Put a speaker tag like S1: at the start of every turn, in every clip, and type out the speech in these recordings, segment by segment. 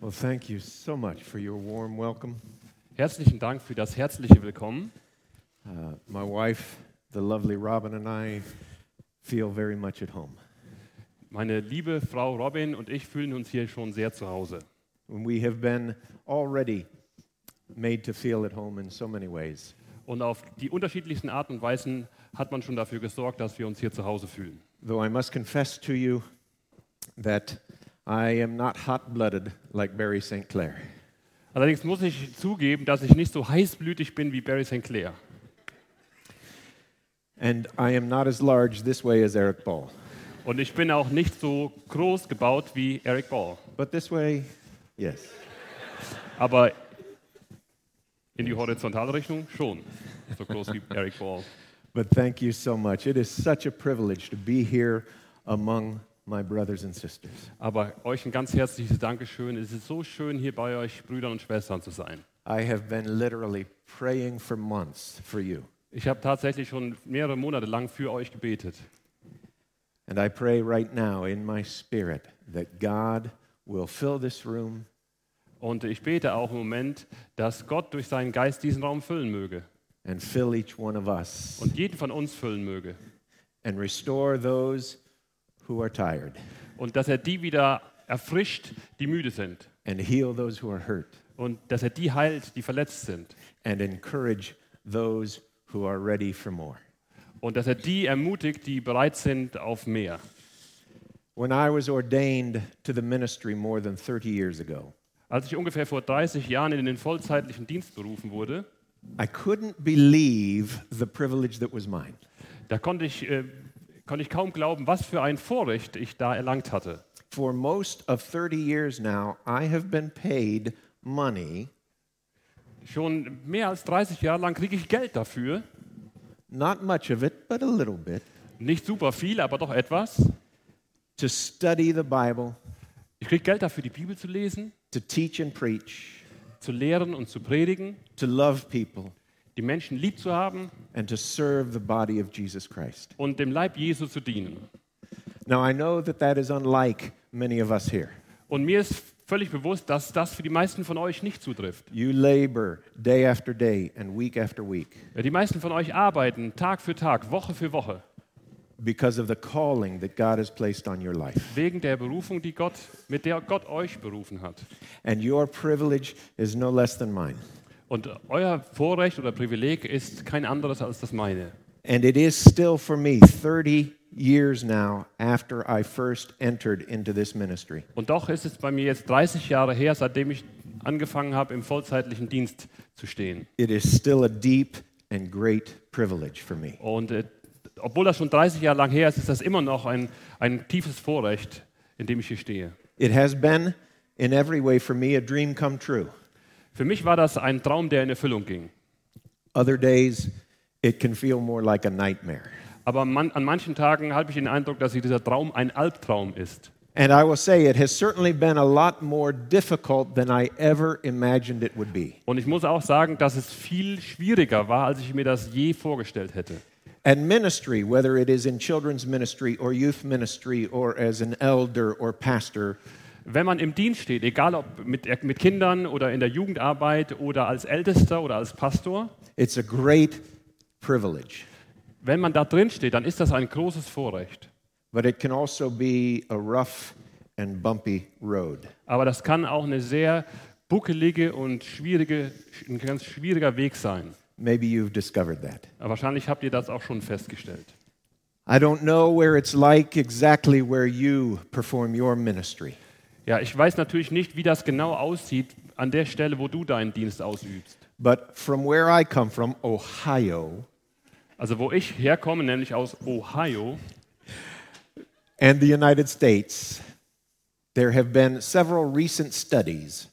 S1: Well, thank you so much for your warm welcome.
S2: Herzlichen Dank für das herzliche Willkommen.
S1: Uh, my wife, the lovely Robin, and I feel very much at home.
S2: Meine liebe Frau Robin und ich fühlen uns hier schon sehr zu Hause.
S1: And We have been already made to feel at home in so many ways.
S2: Und auf die unterschiedlichsten Arten und Weisen hat man schon dafür gesorgt, dass wir uns hier zu Hause fühlen.
S1: Though I must confess to you that I am not hot blooded like Barry St. Clair.
S2: Allerdings muss ich zugeben, dass ich nicht so heißblütig bin wie Barry St. Clair.
S1: And I am not as large this way as Eric Ball.
S2: Und ich bin auch nicht so groß gebaut wie Eric Ball.
S1: But this way, yes.
S2: Aber in die horizontale Richtung schon. So groß wie Eric Ball.
S1: But thank you so much. It is such a privilege to be here among my brothers and sisters.
S2: Aber euch ein ganz herzliches Dankeschön. Es ist so schön, hier bei euch Brüdern und Schwestern zu sein.
S1: I have been literally praying for months for you.
S2: Ich habe tatsächlich schon mehrere Monate lang für euch gebetet.
S1: And I pray right now in my spirit that God will fill this room,
S2: Und ich bete auch im Moment, dass Gott durch seinen Geist diesen Raum füllen möge
S1: and fill each one of us
S2: und jeden von uns füllen möge.
S1: and restore those who are tired
S2: Und dass er die wieder erfrischt, die müde sind.
S1: and heal those who are hurt
S2: Und dass er die heilt, die verletzt sind.
S1: and encourage those who are ready for more.
S2: Und dass er die ermutigt, die bereit sind auf mehr.
S1: When I was ordained to the ministry more than 30 years ago,
S2: Als ich ungefähr vor 30 Jahren in den vollzeitlichen Dienst berufen wurde,
S1: I couldn't believe the privilege that was mine.
S2: da konnte ich, äh, konnte ich kaum glauben, was für ein Vorrecht ich da erlangt hatte.
S1: For most of 30 years now, I have been paid money
S2: Schon mehr als 30 Jahre lang kriege ich Geld dafür.
S1: not much of it, but a little bit,
S2: Nicht super viel, aber doch etwas.
S1: to study the Bible,
S2: Ich kriege Geld dafür, die Bibel zu lesen,
S1: to teach and preach,
S2: zu lehren und zu predigen,
S1: to love people,
S2: die Menschen lieb zu haben
S1: and to serve the body of Jesus Christ.
S2: und dem Leib Jesu zu dienen.
S1: Now, I know that that is unlike many of us here.
S2: Und mir ist völlig bewusst, dass das für die meisten von euch nicht zutrifft.
S1: You labor day after day and week after week
S2: Die meisten von euch arbeiten Tag für Tag, Woche für Woche,
S1: because of the calling that God has placed on your life.
S2: wegen der Berufung, die Gott, mit der Gott euch berufen hat.
S1: And your privilege is no less than mine.
S2: Und euer Vorrecht oder Privileg ist kein anderes als das meine.
S1: And it is still for me 30 years now after I first entered into this ministry.
S2: Und doch ist es bei mir jetzt 30 Jahre her, seitdem ich angefangen habe, im vollzeitlichen Dienst zu stehen.
S1: It is still a deep and great privilege for me.
S2: Und äh, obwohl das schon 30 Jahre lang her ist, ist das immer noch ein, ein tiefes Vorrecht, in dem ich hier stehe.
S1: It has been, in every way, for me, a dream come true.
S2: Für mich war das ein Traum, der in Erfüllung ging.
S1: Other days, it can feel more like a nightmare.
S2: Aber man, an manchen Tagen habe ich den Eindruck, dass dieser Traum ein Albtraum ist.
S1: And I will say, it has certainly been a lot more difficult than I ever imagined it would be.
S2: Und ich muss auch sagen, dass es viel schwieriger war, als ich mir das je vorgestellt hätte.
S1: And ministry, whether it is in children's ministry or youth ministry or as an elder or pastor,
S2: Wenn man im Dienst steht, egal ob mit, mit Kindern oder in der Jugendarbeit oder als Ältester oder als Pastor,
S1: it's a great privilege.
S2: wenn man da drin steht, dann ist das ein großes Vorrecht.
S1: But it can also be a rough and bumpy road.
S2: Aber das kann auch eine sehr buckelige und schwierige, ein ganz schwieriger Weg sein.
S1: Maybe you've discovered that.
S2: Aber wahrscheinlich habt ihr das auch schon festgestellt.
S1: I don't know where it's like exactly where you perform your ministry,
S2: Ja, ich weiß natürlich nicht, wie das genau aussieht an der Stelle, wo du deinen Dienst ausübst.
S1: but from where I come from, Ohio,
S2: Also wo ich herkomme, nämlich aus Ohio
S1: and the United States, there have been several recent studies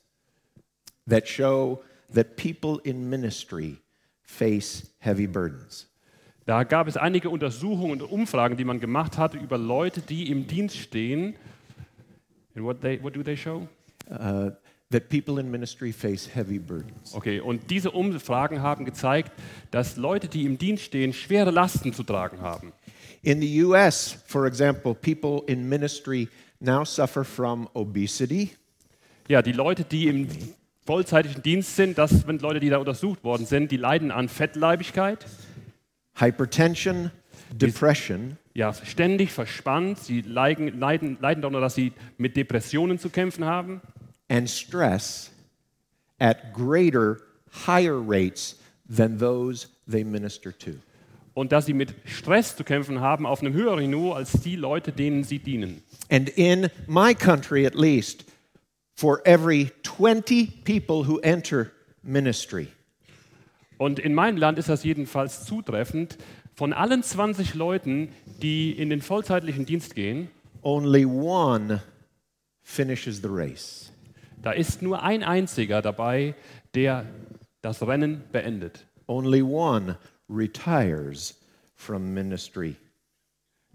S1: that show that people in ministry face heavy burdens.
S2: Da gab es einige Untersuchungen und Umfragen, die man gemacht hatte über Leute, die im Dienst stehen. And what, they, what do they show?
S1: Uh, that people in ministry face heavy burdens.
S2: Okay, und diese Umfragen haben gezeigt, dass Leute, die im Dienst stehen, schwere Lasten zu tragen haben.
S1: In the US, for example, people in ministry now suffer from obesity,
S2: ja, die Leute, die im vollzeitigen Dienst sind, das sind Leute, die da untersucht worden sind, die leiden an Fettleibigkeit,
S1: hypertension, depression,
S2: ja, ständig verspannt, sie leiden, leiden, leiden darunter, dass sie mit Depressionen zu kämpfen haben
S1: and stress at greater, higher rates than those they minister to.
S2: und dass sie mit Stress zu kämpfen haben auf einem höheren Niveau als die Leute, denen sie dienen.
S1: And in my country, at least, for every 20 people who enter ministry,
S2: Und in meinem Land ist das jedenfalls zutreffend. Von allen 20 Leuten, die in den vollzeitlichen Dienst gehen,
S1: only one finishes the race.
S2: da ist nur ein einziger dabei, der das Rennen beendet.
S1: Only one retires from ministry.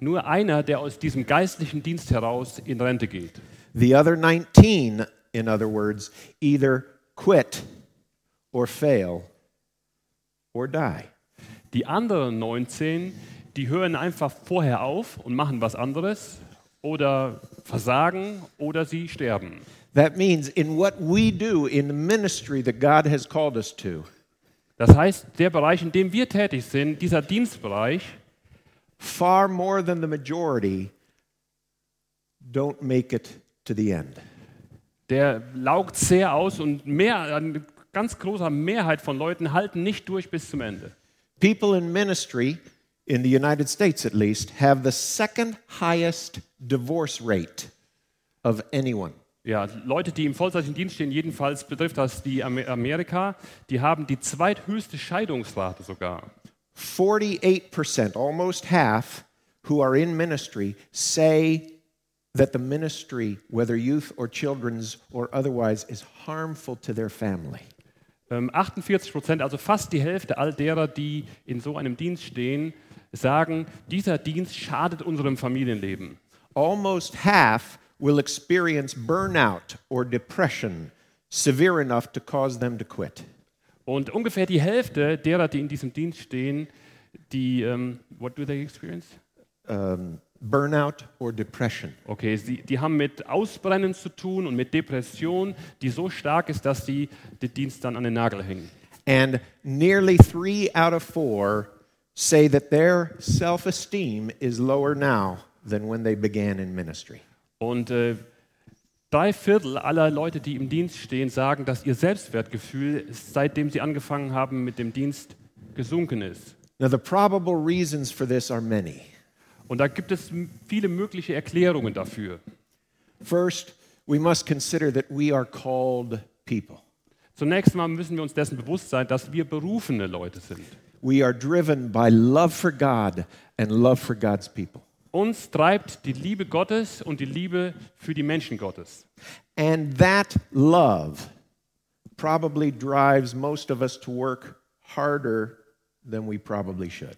S2: Nur einer, der aus diesem geistlichen Dienst heraus in Rente geht.
S1: The other 19, in other words, either quit or fail or die.
S2: Die anderen 19, die hören einfach vorher auf und machen was anderes oder versagen oder sie sterben.
S1: That means in what we do in the ministry that God has called us to,
S2: Das heißt, der Bereich, in dem wir tätig sind, dieser Dienstbereich,
S1: far more than the majority don't make it to the end.
S2: der laugt sehr aus und mehr, eine ganz große Mehrheit von Leuten halten nicht durch bis zum Ende.
S1: People in ministry, in the United States at least, have the second highest divorce rate of anyone.
S2: Ja, Leute, die im vollzeitigen Dienst stehen, jedenfalls betrifft das die Amer- Amerika, die haben die zweithöchste Scheidungsrate sogar.
S1: 48%, almost half, who are in ministry say that the ministry, whether youth or children's or otherwise, is harmful to their family.
S2: Ähm, 48 Prozent, also fast die Hälfte all derer, die in so einem Dienst stehen, sagen, dieser Dienst schadet unserem Familienleben.
S1: Almost half will experience burnout or depression severe enough to cause them to quit.
S2: Und ungefähr die Hälfte derer, die in diesem Dienst stehen, die, ähm, what do they experience?
S1: Burnout or depression.
S2: Okay, sie, die haben mit Ausbrennen zu tun und mit Depression, die so stark ist, dass sie den Dienst dann an den Nagel hängen.
S1: And nearly three out of four say that their self esteem is lower now than when they began in ministry.
S2: Und äh, drei Viertel aller Leute, die im Dienst stehen, sagen, dass ihr Selbstwertgefühl, seitdem sie angefangen haben mit dem Dienst, gesunken ist.
S1: Now, the probable reasons for this are many.
S2: Und da gibt es m- viele mögliche Erklärungen dafür.
S1: First, we must consider that we are called people.
S2: Zunächst mal müssen wir uns dessen bewusst sein, dass wir berufene Leute sind.
S1: We are driven by love for God and love for God's people.
S2: Uns treibt die Liebe Gottes und die Liebe für die Menschen Gottes.
S1: And that love probably drives most of us to work harder than we probably should.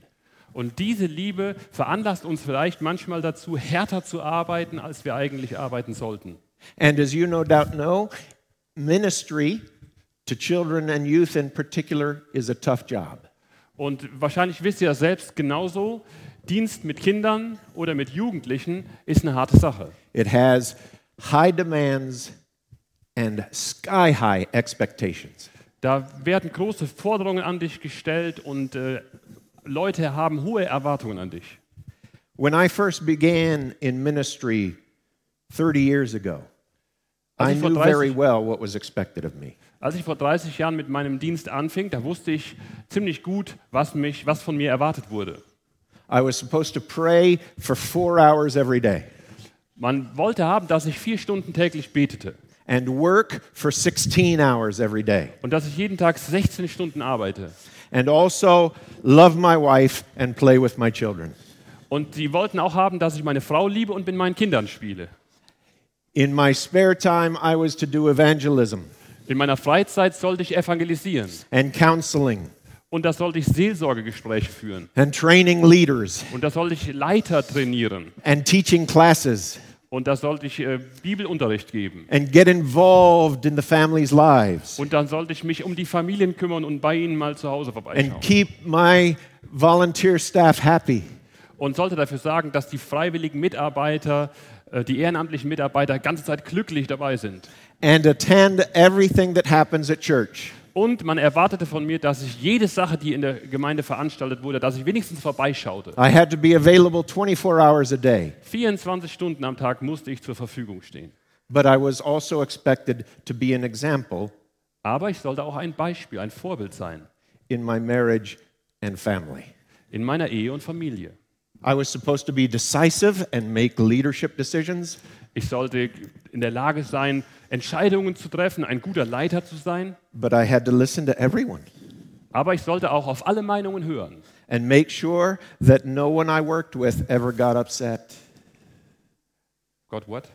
S2: Und diese Liebe veranlasst uns vielleicht manchmal dazu, härter zu arbeiten, als wir eigentlich arbeiten sollten.
S1: And as you no doubt know, ministry to children and youth in particular is a tough job.
S2: Und wahrscheinlich wisst ihr das selbst genauso, Dienst mit Kindern oder mit Jugendlichen ist eine harte Sache.
S1: It has high demands and sky high expectations.
S2: Da werden große Forderungen an dich gestellt und äh, Leute haben hohe Erwartungen an dich.
S1: When I first began in ministry 30 years ago, I
S2: Also vor
S1: knew
S2: 30
S1: very well what was expected of me.
S2: Als ich vor 30 Jahren mit meinem Dienst anfing, da wusste ich ziemlich gut, was, mich, was von mir erwartet wurde.
S1: I was supposed to pray for four hours every day
S2: Man wollte haben, dass ich vier Stunden täglich betete
S1: and work for 16 hours every day,
S2: und dass ich jeden Tag 16 Stunden arbeite.
S1: and also love my wife and play with my children.
S2: Und sie wollten auch haben, dass ich meine Frau liebe und mit meinen Kindern spiele.
S1: In my spare time, I was to do evangelism
S2: In meiner Freizeit sollte ich evangelisieren
S1: and counseling
S2: und da sollte ich Seelsorgegespräche führen
S1: and training leaders
S2: und da sollte ich Leiter trainieren
S1: and teaching classes
S2: und da sollte ich äh, Bibelunterricht geben
S1: and get involved in the family's lives.
S2: und dann sollte ich mich um die Familien kümmern und bei ihnen mal zu Hause vorbeischauen
S1: and keep my volunteer staff happy
S2: und sollte dafür sagen, dass die freiwilligen Mitarbeiter äh, die ehrenamtlichen Mitarbeiter ganze Zeit glücklich dabei sind.
S1: and attend everything that happens at church.
S2: Und man erwartete von mir, dass ich jede Sache, die in der Gemeinde veranstaltet wurde, dass ich wenigstens vorbeischaute.
S1: I had to be available 24 hours a day,
S2: 24 Stunden am Tag musste ich zur Verfügung stehen.
S1: but I was also expected to be an example
S2: Aber ich sollte auch ein Beispiel, ein Vorbild sein
S1: in my marriage and family.
S2: in meiner Ehe und Familie.
S1: I was supposed to be decisive and make leadership decisions,
S2: Ich sollte in der Lage sein, Entscheidungen zu treffen, ein guter Leiter zu sein.
S1: but I had to listen to everyone
S2: Aber ich sollte auch auf alle Meinungen hören
S1: and make sure that no one I worked with ever got upset,
S2: Gott, what?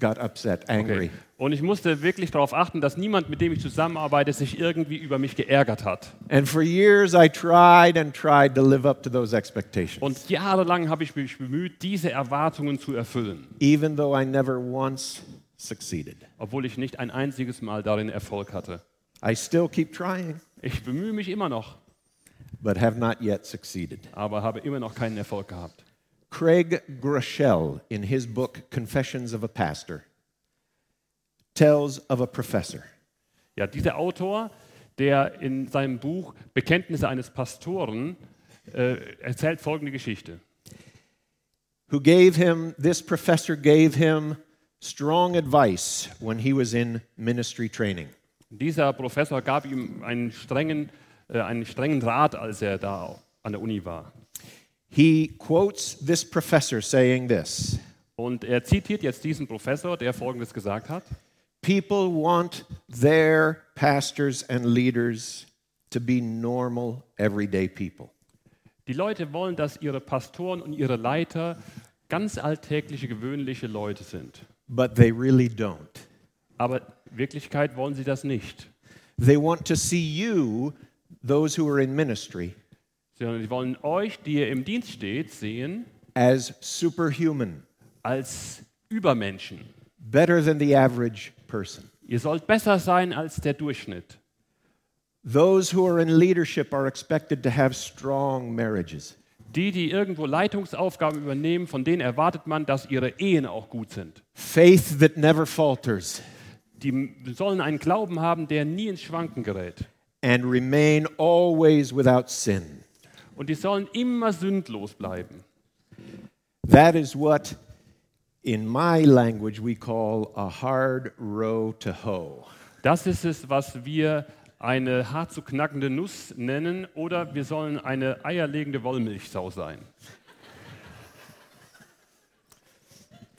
S1: got upset, angry.
S2: Okay. Und ich musste wirklich darauf achten, dass niemand, mit dem ich zusammenarbeite, sich irgendwie über mich geärgert hat.
S1: And for years I tried and tried to live up to those expectations,
S2: Und jahrelang habe ich mich bemüht, diese Erwartungen zu erfüllen,
S1: even though I never once succeeded.
S2: obwohl ich nicht ein einziges Mal darin Erfolg hatte.
S1: I still keep trying,
S2: Ich bemühe mich immer noch,
S1: but have not yet succeeded.
S2: aber habe immer noch keinen Erfolg gehabt.
S1: Craig Groeschel, in his book Confessions of a Pastor, tells of a professor
S2: Ja, dieser Autor, der in seinem Buch Bekenntnisse eines Pastoren äh, erzählt folgende Geschichte.
S1: who gave him, this professor gave him strong advice when he was in ministry training.
S2: Dieser Professor gab ihm einen strengen, äh, einen strengen Rat, als er da an der Uni war.
S1: He quotes this professor saying this
S2: Und er zitiert jetzt diesen Professor, der Folgendes gesagt hat.
S1: People want their pastors and leaders to be normal, everyday people.
S2: Die Leute wollen, dass ihre Pastoren und ihre Leiter ganz alltägliche, gewöhnliche Leute sind.
S1: but they really don't.
S2: Aber in Wirklichkeit wollen sie das nicht,
S1: They want to see you, those who are in ministry,
S2: sondern sie wollen euch, die ihr im Dienst steht, sehen
S1: as superhuman,
S2: als Übermenschen.
S1: better than the average person.
S2: Ihr sollt besser sein als der Durchschnitt.
S1: Those who are in leadership are expected to have strong marriages.
S2: Die, die irgendwo Leitungsaufgaben übernehmen, von denen erwartet man, dass ihre Ehen auch gut sind.
S1: Faith that never falters
S2: Die m- sollen einen Glauben haben, der nie ins Schwanken gerät.
S1: and remain always without sin.
S2: Und die sollen immer sündlos bleiben.
S1: That is what, in my language, we call a hard row to hoe.
S2: Das ist es, was wir eine hart zu knackende Nuss nennen oder wir sollen eine eierlegende Wollmilchsau sein.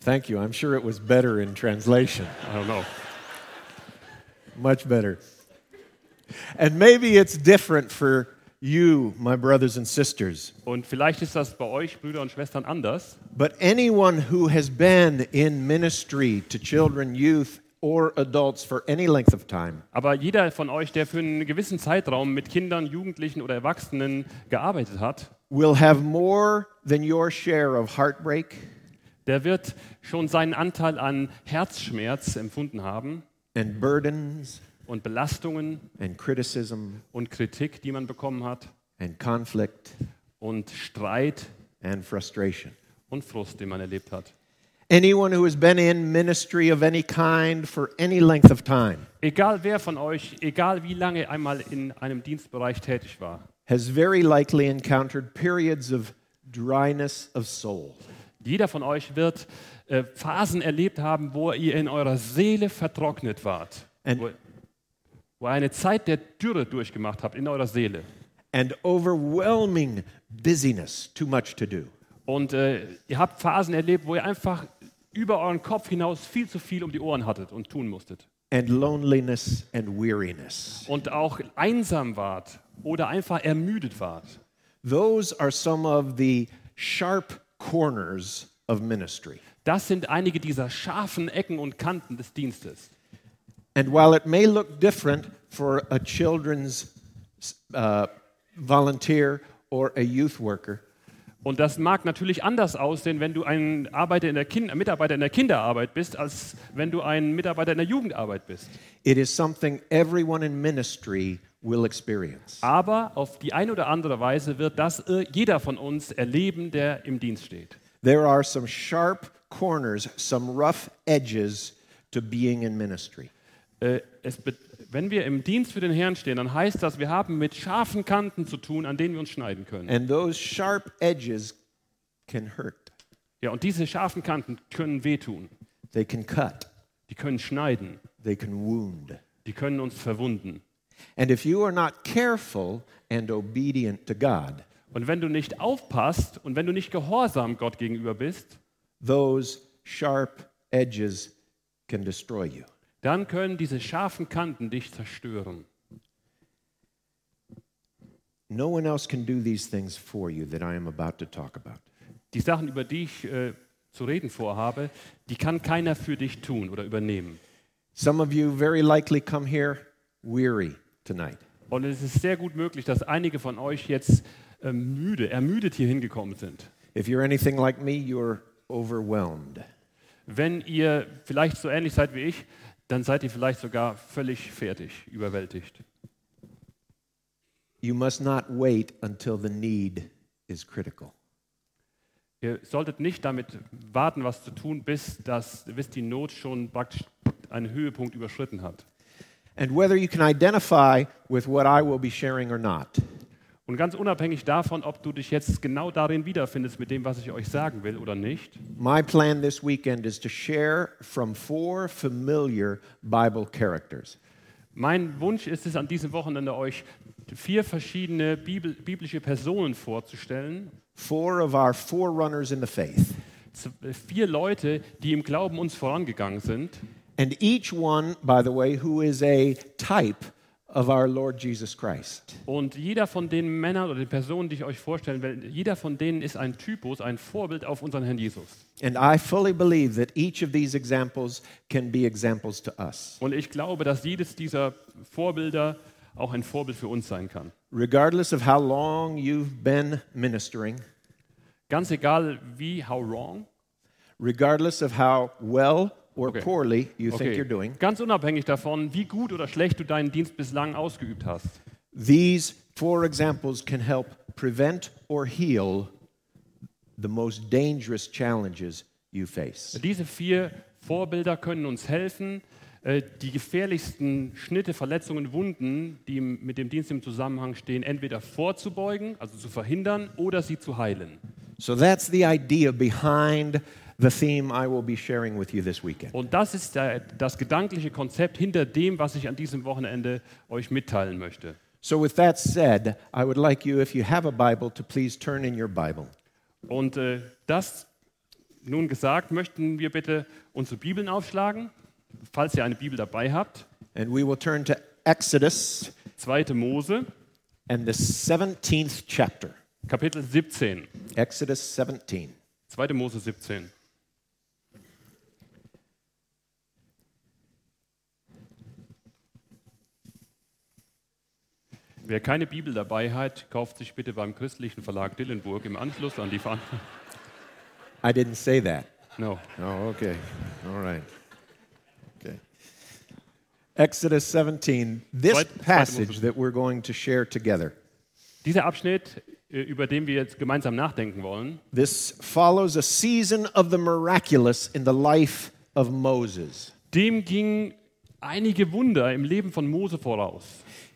S1: Thank you. I'm sure it was better in translation.
S2: I don't know.
S1: Much better. And maybe it's different for you, my brothers and sisters,
S2: Und vielleicht ist das bei euch, Brüder und Schwestern, anders.
S1: but anyone who has been in ministry to children, youth, or adults for any length of time
S2: Aber jeder von euch, der für einen gewissen Zeitraum mit Kindern, Jugendlichen oder Erwachsenen gearbeitet hat,
S1: will have more than your share of heartbreak
S2: der wird schon seinen Anteil an Herzschmerz empfunden haben
S1: and burdens
S2: und Belastungen
S1: and criticism
S2: und Kritik, die man bekommen hat
S1: and conflict
S2: und Streit
S1: and frustration.
S2: und Frust, den man erlebt hat.
S1: Anyone who has been in ministry of any kind for any length of time
S2: Egal wer von euch, egal wie lange einmal in einem Dienstbereich tätig war,
S1: has very likely encountered periods of dryness of soul.
S2: jeder von euch wird äh, Phasen erlebt haben, wo ihr in eurer Seele vertrocknet wart.
S1: And-
S2: wo, wo ihr eine Zeit der Dürre durchgemacht habt in eurer Seele.
S1: and overwhelming busyness, too much to do.
S2: Und äh, ihr habt Phasen erlebt, wo ihr einfach über euren Kopf hinaus viel zu viel um die Ohren hattet und tun musstet.
S1: And loneliness and weariness.
S2: Und auch einsam wart oder einfach ermüdet wart.
S1: Those are some of the sharp corners of ministry.
S2: Das sind einige dieser scharfen Ecken und Kanten des Dienstes.
S1: And while it may look different for a children's uh, volunteer or a youth worker,
S2: Und das mag natürlich anders aussehen, wenn du ein Arbeiter in der kind Mitarbeiter in der Kinderarbeit bist, als wenn du ein Mitarbeiter in der Jugendarbeit bist.
S1: it is something everyone in ministry will experience.
S2: Aber auf die eine oder andere Weise wird das äh, jeder von uns erleben, der im Dienst steht.
S1: There are some sharp corners, some rough edges to being in ministry.
S2: Äh, es be- wenn wir im Dienst für den Herrn stehen, dann heißt das, wir haben mit scharfen Kanten zu tun, an denen wir uns schneiden können.
S1: And those sharp edges can hurt,
S2: Ja, und diese scharfen Kanten können wehtun,
S1: they can cut,
S2: die können schneiden,
S1: they can wound.
S2: die können uns verwunden.
S1: And if you are not careful and obedient to God,
S2: Und wenn du nicht aufpasst und wenn du nicht gehorsam Gott gegenüber bist,
S1: those sharp edges can destroy you.
S2: dann können diese scharfen Kanten dich zerstören.
S1: No one else can do these things for you that I am about to talk about.
S2: Die Sachen, über die ich äh, zu reden vorhabe, die kann keiner für dich tun oder übernehmen.
S1: Some of you very likely come here weary tonight.
S2: Und es ist sehr gut möglich, dass einige von euch jetzt äh, müde, ermüdet hier hingekommen sind.
S1: If you're anything like me, you're overwhelmed.
S2: Wenn ihr vielleicht so ähnlich seid wie ich, dann seid ihr vielleicht sogar völlig fertig, überwältigt.
S1: You must not wait until the need is critical.
S2: Ihr solltet nicht damit warten, was zu tun, bis, das, bis die Not schon praktisch einen Höhepunkt überschritten hat.
S1: And whether you can identify with what I will be sharing or not,
S2: Und ganz unabhängig davon, ob du dich jetzt genau darin wiederfindest mit dem, was ich euch sagen will oder nicht,
S1: my plan this weekend is to share from four familiar Bible characters.
S2: mein Wunsch ist es, an diesem Wochenende euch vier verschiedene Bibel, biblische Personen vorzustellen.
S1: Four of our forerunners in the faith.
S2: Z- äh, Vier Leute, die im Glauben uns vorangegangen sind.
S1: And each one, by the way, who is a type of our Lord Jesus Christ.
S2: Und jeder von den Männern oder den Personen, die ich euch vorstellen will, jeder von denen ist ein Typus, ein Vorbild auf unseren Herrn Jesus.
S1: And I fully believe that each of these examples can be examples to us.
S2: Und ich glaube, dass jedes dieser Vorbilder auch ein Vorbild für uns sein kann.
S1: Regardless of how long you've been ministering,
S2: Ganz egal wie, how wrong.
S1: regardless of how well or
S2: Okay.
S1: poorly you think you're doing,
S2: Ganz unabhängig davon, wie gut oder schlecht du deinen Dienst bislang ausgeübt hast.
S1: these four examples can help prevent or heal the most dangerous challenges you face.
S2: Diese vier Vorbilder können uns helfen, äh, die gefährlichsten Schnitte, Verletzungen, Wunden, die im- mit dem Dienst im Zusammenhang stehen, entweder vorzubeugen, also zu verhindern, oder sie zu heilen.
S1: So that's the idea behind the theme I will be sharing with you this weekend.
S2: Und das ist der, das gedankliche Konzept hinter dem, was ich an diesem Wochenende euch mitteilen möchte.
S1: So, with that said, I would like you, if you have a Bible, to please turn in your Bible
S2: Und äh, das nun gesagt, möchten wir bitte unsere Bibeln aufschlagen, falls ihr eine Bibel dabei habt.
S1: and we will turn to Exodus
S2: 2. Mose,
S1: and the 17th chapter.
S2: Kapitel 17.
S1: Exodus 17.
S2: 2. Mose 17. Wer keine Bibel dabei hat, kauft sich bitte beim christlichen Verlag Dillenburg im Anschluss an die Veranstaltung.
S1: I didn't say that.
S2: No.
S1: Oh, okay. All right. Okay. Exodus 17, this
S2: Zweit- zweite
S1: passage
S2: Mose.
S1: that we're going to share together.
S2: Dieser Abschnitt, äh, über den wir jetzt gemeinsam nachdenken wollen,
S1: This follows a season of the miraculous in the life of Moses.
S2: dem gingen einige Wunder im Leben von Mose voraus.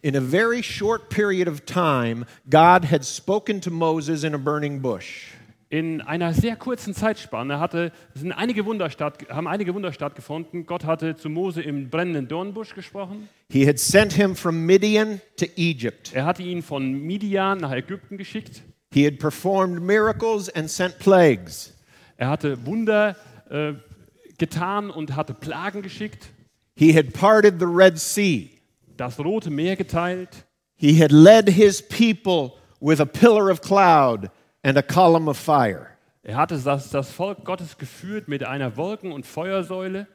S1: In a very short period of time, God had spoken to Moses in a burning bush.
S2: In einer sehr kurzen Zeitspanne hatte, sind einige Wunder statt, haben einige Wunder stattgefunden. Gott hatte zu Mose im brennenden Dornbusch gesprochen.
S1: He had sent him from Midian to Egypt.
S2: Er hatte ihn von Midian nach Ägypten geschickt.
S1: He had performed miracles and sent plagues.
S2: Er hatte Wunder äh, getan und hatte Plagen geschickt,
S1: He had parted the Red Sea.
S2: das Rote Meer geteilt.
S1: He had led his people with a pillar of cloud and a column of fire.
S2: Er hatte das, das Volk Gottes geführt mit einer Wolken- und Feuersäule.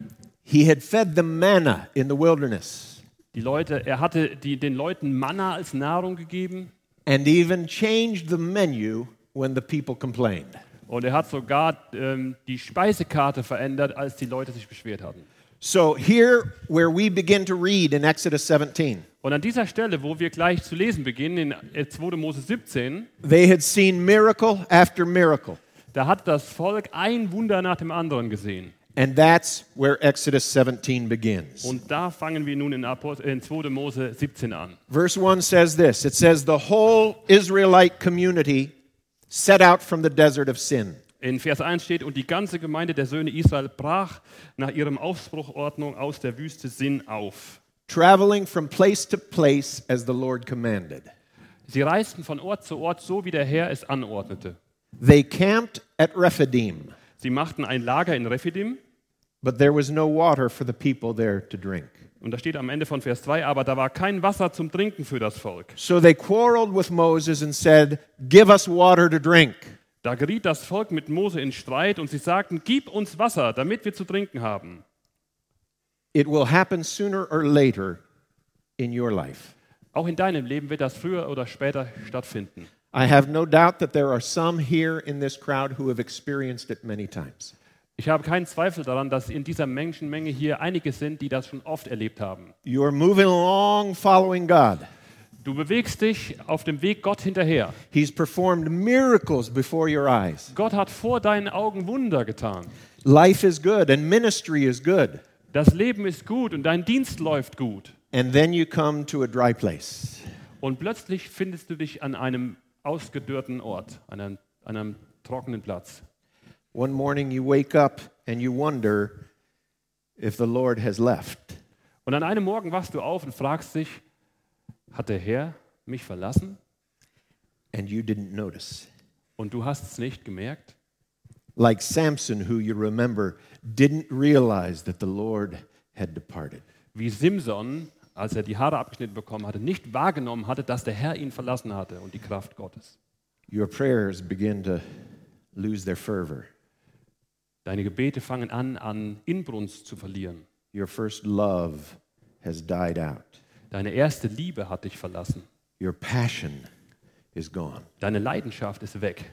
S1: He had fed them manna in the wilderness
S2: Die Leute, er hatte die, den Leuten Manna als Nahrung gegeben
S1: and even changed the menu when the people complained.
S2: und er hat sogar ähm, die Speisekarte verändert, als die Leute sich beschwert hatten.
S1: So, here where we begin to read in Exodus 17,
S2: Und an dieser Stelle, wo wir gleich zu lesen beginnen, in 2. äh, Mose 17,
S1: they had seen miracle after miracle.
S2: Da hat das Volk ein Wunder nach dem anderen gesehen.
S1: And that's where Exodus 17 begins.
S2: Und da fangen wir nun in, Apost in 2. Mose 17 an.
S1: Verse 1 says this It says, The whole Israelite community set out from the desert of sin.
S2: In Vers 1 steht, und die ganze Gemeinde der Söhne Israel brach nach ihrem Aufbruchordnung aus der Wüste Sinn auf.
S1: traveling from place to place as the Lord commanded.
S2: Sie reisten von Ort zu Ort, so wie der Herr es anordnete.
S1: They camped at Rephidim,
S2: Sie machten ein Lager in Rephidim,
S1: but there was no water for the people there to drink.
S2: und da steht am Ende von Vers 2, aber da war kein Wasser zum Trinken für das Volk.
S1: So they quarreled with Moses and said, Give us water to drink.
S2: Da geriet das Volk mit Mose in Streit und sie sagten, gib uns Wasser, damit wir zu trinken haben.
S1: It will happen sooner or later in your life.
S2: Auch in deinem Leben wird das früher oder später stattfinden.
S1: I have no doubt that there are some here in this crowd who have experienced it many times.
S2: Ich habe keinen Zweifel daran, dass in dieser Menschenmenge hier einige sind, die das schon oft erlebt haben.
S1: You are moving along following God.
S2: Du bewegst dich auf dem Weg Gott hinterher.
S1: He's performed miracles before your eyes.
S2: Gott hat vor deinen Augen Wunder getan.
S1: Life is good and ministry is good.
S2: Das Leben ist gut und dein Dienst läuft gut.
S1: And then you come to a dry place.
S2: Und plötzlich findest du dich an einem ausgedörrten Ort, an einem, an einem trockenen Platz.
S1: One morning you wake up and you wonder if the Lord has left.
S2: Und an einem Morgen wachst du auf und fragst dich, hat der Herr mich verlassen?
S1: And you didn't notice.
S2: Und du hast es nicht gemerkt?
S1: Like Samson, who you remember, didn't realize that the Lord had departed.
S2: Wie Simson, als er die Haare abgeschnitten bekommen hatte, nicht wahrgenommen hatte, dass der Herr ihn verlassen hatte und die Kraft Gottes.
S1: Your prayers begin to lose their fervor.
S2: Deine Gebete fangen an, an Inbrunst zu verlieren.
S1: Your first love has died out.
S2: Deine erste Liebe hat dich verlassen.
S1: Your passion is gone.
S2: Deine Leidenschaft ist weg.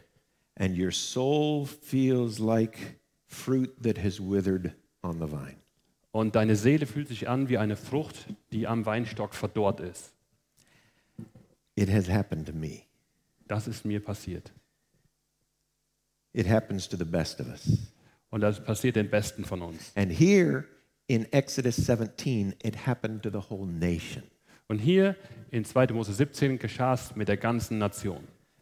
S1: And your soul feels like fruit that has withered on the vine.
S2: Und deine Seele fühlt sich an wie eine Frucht, die am Weinstock verdorrt ist.
S1: It has happened to me.
S2: Das ist mir passiert.
S1: It happens to the best of us.
S2: Und das passiert den Besten von uns.
S1: And here in Exodus 17, it happened to the whole nation.
S2: Und hier in 2. Mose 17 geschah es mit der ganzen Nation.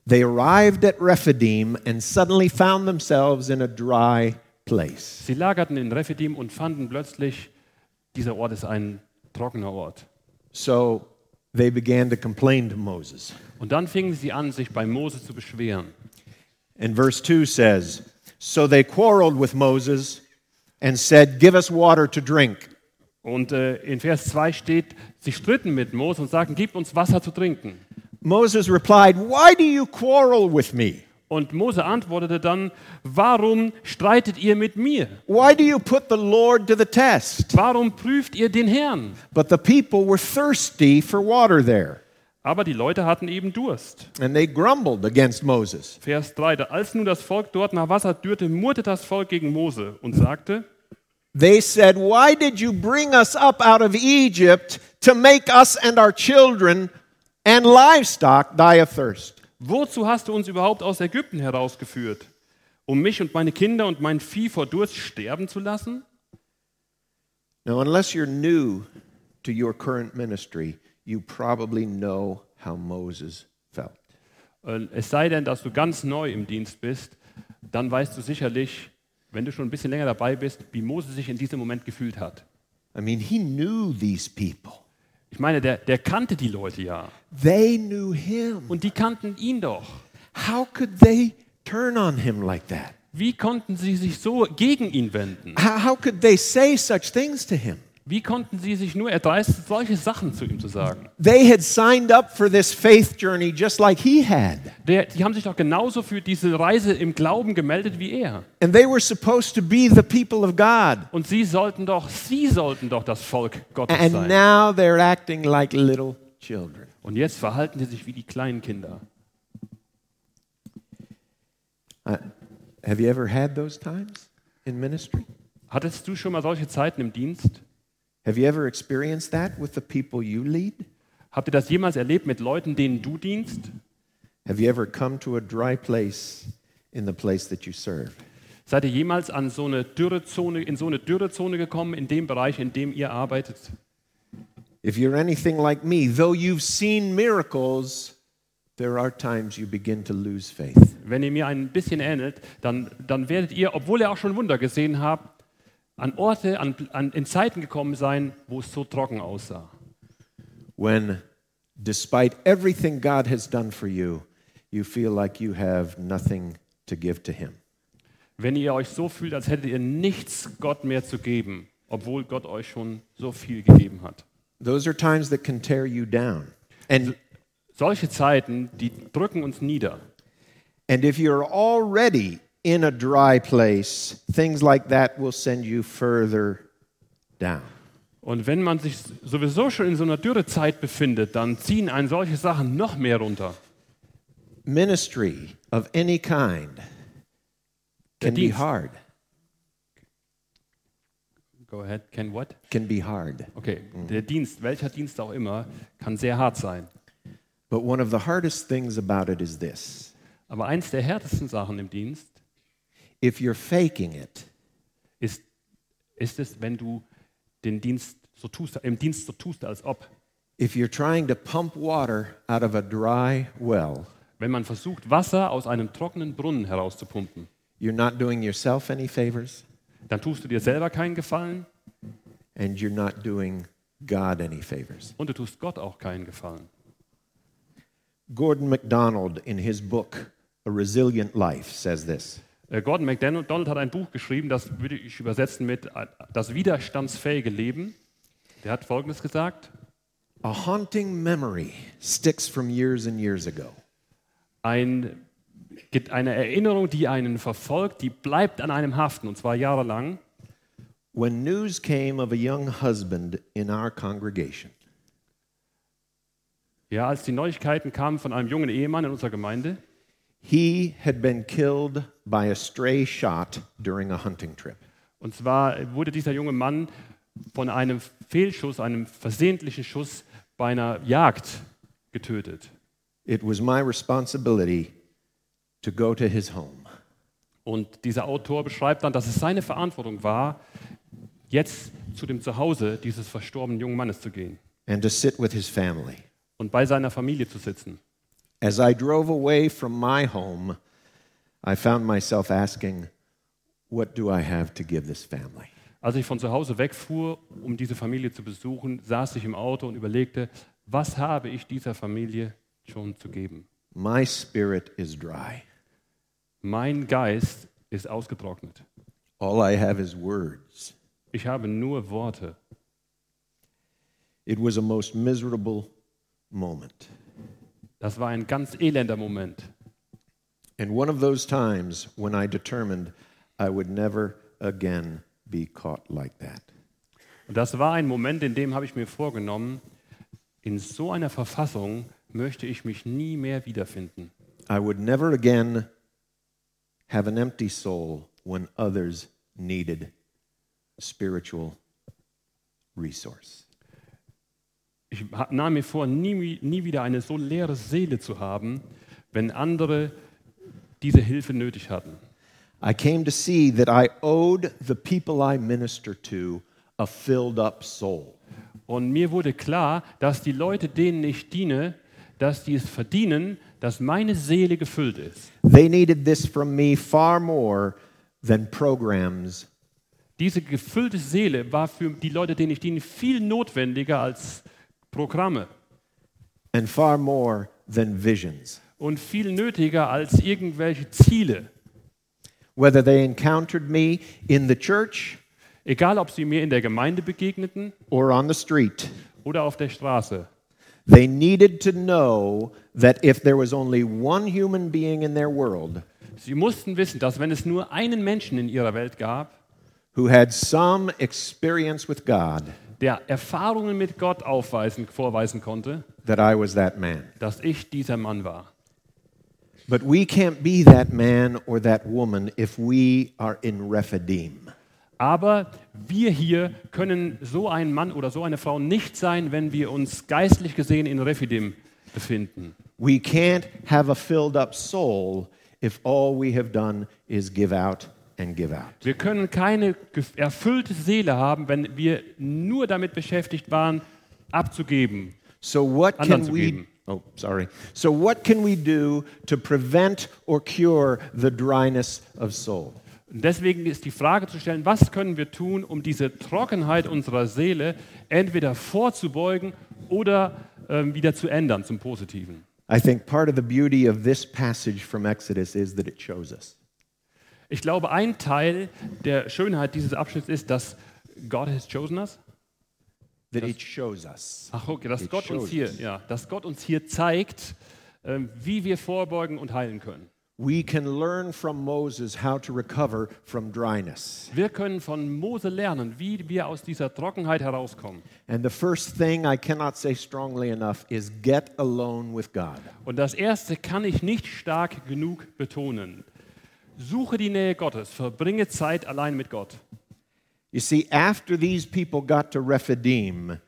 S1: They arrived at Rephidim and suddenly found themselves in a dry place.
S2: Sie lagerten in Rephidim und fanden plötzlich, dieser Ort ist ein trockener Ort.
S1: So they began to complain to Moses.
S2: Und dann fingen sie an, sich bei Mose zu beschweren.
S1: And verse 2 says So they quarreled with Moses and said, Give us water to drink.
S2: Und äh, in Vers 2 steht, sie stritten mit Mose und sagten, gib uns Wasser zu trinken.
S1: Moses replied, Why do you quarrel with me?
S2: Und Mose antwortete dann, warum streitet ihr mit mir?
S1: Why do you put the Lord to the test?
S2: Warum prüft ihr den Herrn?
S1: But the people were thirsty for water there.
S2: Aber die Leute hatten eben Durst.
S1: And they grumbled against Moses.
S2: Vers 3, da als nun das Volk dort nach Wasser dürrte, murrte das Volk gegen Mose und sagte,
S1: They said, Why did you bring us up out of Egypt to make us and our children and livestock die of thirst?
S2: wozu hast du uns überhaupt aus Ägypten herausgeführt? Um mich und meine Kinder und mein Vieh vor Durst sterben zu lassen?
S1: Now, unless you're new to your current ministry, you probably know how Moses felt.
S2: Äh, Es sei denn, dass du ganz neu im Dienst bist, dann weißt du sicherlich, wenn du schon ein bisschen länger dabei bist, wie Mose sich in diesem Moment gefühlt hat.
S1: I mean, he knew these people,
S2: Ich meine, der, der kannte die Leute ja.
S1: they knew him.
S2: Und die kannten ihn doch.
S1: How could they turn on him like that?
S2: Wie konnten sie sich so gegen ihn wenden?
S1: How, how could they say such things to him?
S2: Wie konnten sie sich nur erdreisten, solche Sachen zu ihm zu sagen?
S1: They had signed up for this faith journey just like he had.
S2: Der, die haben sich doch genauso für diese Reise im Glauben gemeldet wie er.
S1: And they were supposed to be the people of God.
S2: Und sie sollten doch, sie sollten doch das Volk Gottes
S1: And
S2: sein.
S1: now they're acting like little children.
S2: Und jetzt verhalten sie sich wie die kleinen Kinder.
S1: Uh, Have you ever had those times in ministry?
S2: Hattest du schon mal solche Zeiten im Dienst?
S1: Have you ever experienced that with the people you lead?
S2: Habt ihr das jemals erlebt mit Leuten, denen du dienst?
S1: Have you ever come to a dry place in the place that you serve.
S2: Seid ihr jemals an so eine Dürrezone, in so eine Dürrezone gekommen, in dem Bereich, in dem ihr arbeitet?
S1: If you're anything like me, though you've seen miracles, there are times you begin to lose faith.
S2: Wenn ihr mir ein bisschen ähnelt, dann, dann werdet ihr, obwohl ihr auch schon Wunder gesehen habt, an Orte, an, an, in Zeiten gekommen sein, wo es so trocken aussah.
S1: When, despite everything God has done for you, you feel like you have nothing to give to Him.
S2: Wenn ihr euch so fühlt, als hättet ihr nichts Gott mehr zu geben, obwohl Gott euch schon so viel gegeben hat.
S1: Those are times that can tear you down. And,
S2: Solche Zeiten, die drücken uns nieder.
S1: and if you're already in a dry place, things like that will send you further down.
S2: Und wenn man sich sowieso schon in so einer Dürrezeit befindet, dann ziehen einen solche Sachen noch mehr runter.
S1: Ministry of any kind can be
S2: Dienst.
S1: hard.
S2: Go ahead, can what?
S1: Can be hard.
S2: Okay, der Dienst, welcher Dienst auch immer, kann sehr hart sein.
S1: But one of the hardest things about it is this
S2: Aber eins der härtesten Sachen im Dienst
S1: if you're faking it,
S2: ist, ist es, wenn du den Dienst so tust, im Dienst so tust, als ob.
S1: if you're trying to pump water out of a dry well,
S2: Wenn man versucht, Wasser aus einem trockenen Brunnen herauszupumpen,
S1: you're not doing yourself any favors
S2: dann tust du dir selber keinen Gefallen
S1: and you're not doing God any favors.
S2: und du tust Gott auch keinen Gefallen.
S1: Gordon MacDonald, in his book, A Resilient Life, says this
S2: Äh, Gordon MacDonald hat ein Buch geschrieben, das würde ich übersetzen mit äh, Das widerstandsfähige Leben. Der hat Folgendes gesagt.
S1: A haunting memory sticks from years and years ago.
S2: Ein, gibt eine Erinnerung, die einen verfolgt, die bleibt an einem haften, und zwar jahrelang.
S1: When news came of a young husband in our congregation,
S2: Ja, als die Neuigkeiten kamen von einem jungen Ehemann in unserer Gemeinde,
S1: he had been killed by a stray shot during a hunting trip.
S2: und zwar wurde dieser junge Mann von einem Fehlschuss, einem versehentlichen Schuss bei einer Jagd getötet.
S1: It was my responsibility to go to his home.
S2: Und dieser Autor beschreibt dann, dass es seine Verantwortung war, jetzt zu dem Zuhause dieses verstorbenen jungen Mannes zu gehen
S1: and to sit with his family.
S2: und bei seiner Familie zu sitzen.
S1: As I drove away from my home, I found myself asking, What do I have to give this family?
S2: Als ich von zu Hause wegfuhr, um diese Familie zu besuchen, saß ich im Auto und überlegte, was habe ich dieser Familie schon zu geben?
S1: My spirit is dry.
S2: Mein Geist ist ausgetrocknet.
S1: All I have is words.
S2: Ich habe nur Worte.
S1: It was a most miserable moment.
S2: Das war ein ganz elender Moment.
S1: And one of those times when I determined I would never again be caught like that.
S2: Und das war ein Moment, in dem habe ich mir vorgenommen, in so einer Verfassung möchte ich mich nie mehr wiederfinden.
S1: I would never again have an empty soul when others needed spiritual resource.
S2: Ich ha- nahm mir vor, nie, nie wieder eine so leere Seele zu haben, wenn andere diese Hilfe nötig hatten.
S1: I came to see that I owed the people I minister to a filled up soul.
S2: Und mir wurde klar, dass die Leute, denen ich diene, dass die es verdienen, dass meine Seele gefüllt ist.
S1: They needed this from me far more than programs
S2: Diese gefüllte Seele war für die Leute, denen ich diene, viel notwendiger als Programme
S1: and far more than visions.
S2: und viel nötiger als irgendwelche Ziele.
S1: Whether they encountered me in the church
S2: Egal, ob sie mir in der Gemeinde begegneten
S1: or on the street,
S2: oder auf der Straße.
S1: They needed to know that if there was only one human being in their world
S2: Sie mussten wissen, dass wenn es nur einen Menschen in ihrer Welt gab,
S1: who had some experience with God,
S2: der Erfahrungen mit Gott aufweisen, vorweisen konnte,
S1: that I was that man.
S2: dass ich dieser Mann war.
S1: But we can't be that man or that woman if we are in Rephidim.
S2: Aber wir hier können so ein Mann oder so eine Frau nicht sein, wenn wir uns geistlich gesehen in Refidim befinden.
S1: We can't have a filled up soul if all we have done is give out and give out.
S2: Wir können keine ge- erfüllte Seele haben, wenn wir nur damit beschäftigt waren, abzugeben.
S1: So what
S2: Anderen
S1: can
S2: zu
S1: we
S2: geben.
S1: Oh, sorry. So what can we do to prevent or cure the dryness of soul?
S2: Und deswegen ist die Frage zu stellen, was können wir tun, um diese Trockenheit unserer Seele entweder vorzubeugen oder ähm, wieder zu ändern zum Positiven.
S1: I think part of the beauty of this passage from Exodus is that it shows us.
S2: Ich glaube, ein Teil der Schönheit dieses Abschnitts ist, dass God has chosen us.
S1: That it shows us.
S2: Ach, okay, dass
S1: It
S2: Gott uns
S1: shows
S2: hier,
S1: us.
S2: ja, dass Gott uns hier zeigt, ähm, wie wir vorbeugen und heilen können.
S1: We can learn from Moses how to recover from dryness.
S2: Wir können von Mose lernen, wie wir aus dieser Trockenheit herauskommen.
S1: And the first thing I cannot say strongly enough is get alone with God.
S2: Und das erste kann ich nicht stark genug betonen. Suche die Nähe Gottes, verbringe Zeit allein mit Gott.
S1: You see, after these people got to Rephidim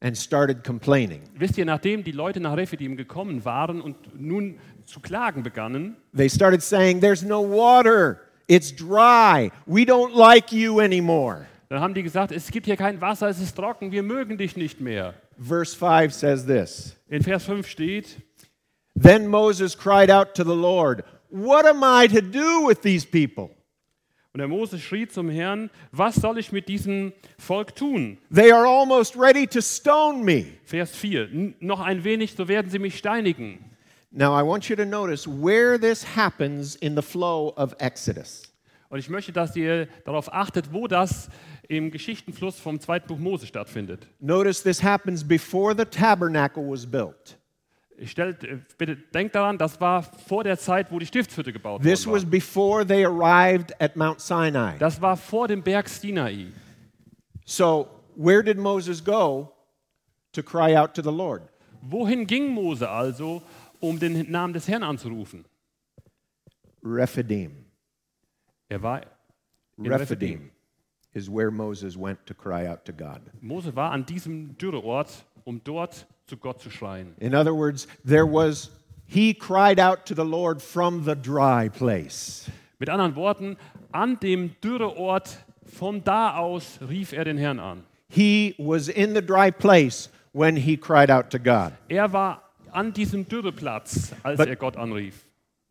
S1: and started complaining,
S2: Wisst ihr, nachdem die Leute nach Rephidim gekommen waren und nun zu klagen begannen,
S1: They started saying, There's no water. It's dry. We don't like you anymore.
S2: dann haben die gesagt, es gibt hier kein Wasser, es ist trocken, wir mögen dich nicht mehr.
S1: Verse 5 says this
S2: In Vers 5 steht,
S1: Then Moses cried out to the Lord, What am I to do with these people?
S2: und der Mose schrie zum Herrn, was soll ich mit diesem Volk tun?
S1: They are almost ready to stone me.
S2: Vers 4, "N- noch ein wenig, so werden sie mich steinigen.
S1: Now, I want you to notice where this happens in the flow of Exodus.
S2: Und ich möchte, dass ihr darauf achtet, wo das im Geschichtenfluss vom zweiten Buch Mose stattfindet.
S1: Notice this happens before the tabernacle was built.
S2: Stellt, äh, bitte denkt daran, das war vor der Zeit, wo die Stiftshütte gebaut
S1: This was
S2: worden war.
S1: before they arrived at Mount Sinai.
S2: Das war vor dem Berg Sinai.
S1: So, where did Moses go to cry out to the Lord?
S2: Wohin ging Mose also, um den Namen des Herrn anzurufen?
S1: Rephidim.
S2: Er war in
S1: Rephidim is where Moses went to cry out to God.
S2: Mose war an diesem Dürreort, um dort zu Gott zu schreien.
S1: In other words, there was he cried out to the Lord from the dry place.
S2: Mit anderen Worten, an dem Dürreort, von da aus rief er den Herrn an.
S1: He was in the dry place when he cried out to God.
S2: Er war an diesem Dürreplatz, als
S1: But-
S2: er Gott anrief.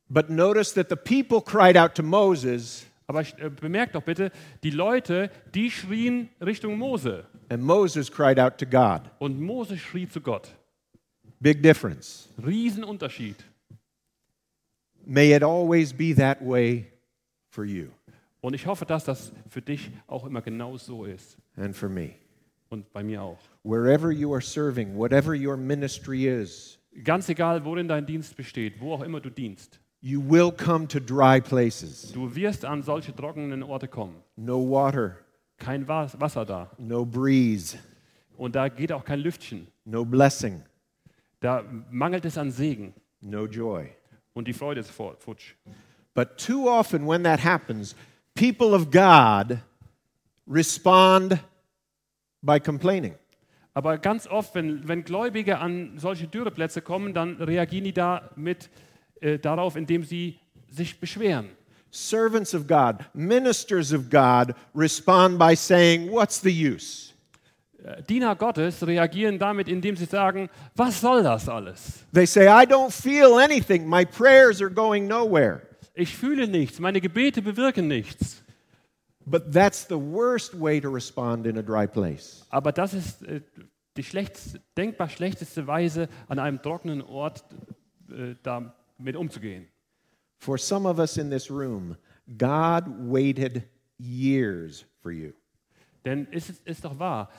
S1: But notice that the people cried out to Moses,
S2: Aber äh, bemerkt doch bitte, die Leute, die schrien Richtung Mose.
S1: and Moses cried out to God.
S2: Und Mose schrie zu Gott.
S1: Big difference.
S2: Riesenunterschied.
S1: May it always be that way for you
S2: Und ich hoffe, dass das für dich auch immer genau so ist.
S1: and for me.
S2: Und bei mir auch.
S1: Wherever you are serving, whatever your ministry is,
S2: Ganz egal, worin dein Dienst besteht, wo auch immer du dienst,
S1: you will come to dry places.
S2: du wirst an solche trockenen Orte kommen.
S1: No water,
S2: Kein Wa- Wasser da.
S1: no breeze,
S2: Und da geht auch kein Lüftchen.
S1: no blessing,
S2: Da mangelt es an Segen.
S1: no joy.
S2: Und die Freude ist fort- futsch.
S1: But too often, when that happens, people of God respond by complaining.
S2: Aber ganz oft, wenn, wenn Gläubige an solche Dürreplätze kommen, dann reagieren die da mit, äh, darauf, indem sie sich beschweren.
S1: Servants of God, ministers of God respond by saying, What's the use?
S2: Äh, Diener Gottes reagieren damit, indem sie sagen, was soll das alles?
S1: They say, I don't feel anything. My prayers are going nowhere.
S2: Ich fühle nichts, meine Gebete bewirken nichts.
S1: But that's the worst way to respond in a dry place.
S2: Aber das ist äh, die schlechteste, denkbar schlechteste Weise, an einem trockenen Ort äh, damit umzugehen.
S1: For some of us in this room, God waited years for you.
S2: Denn es ist, ist doch wahr,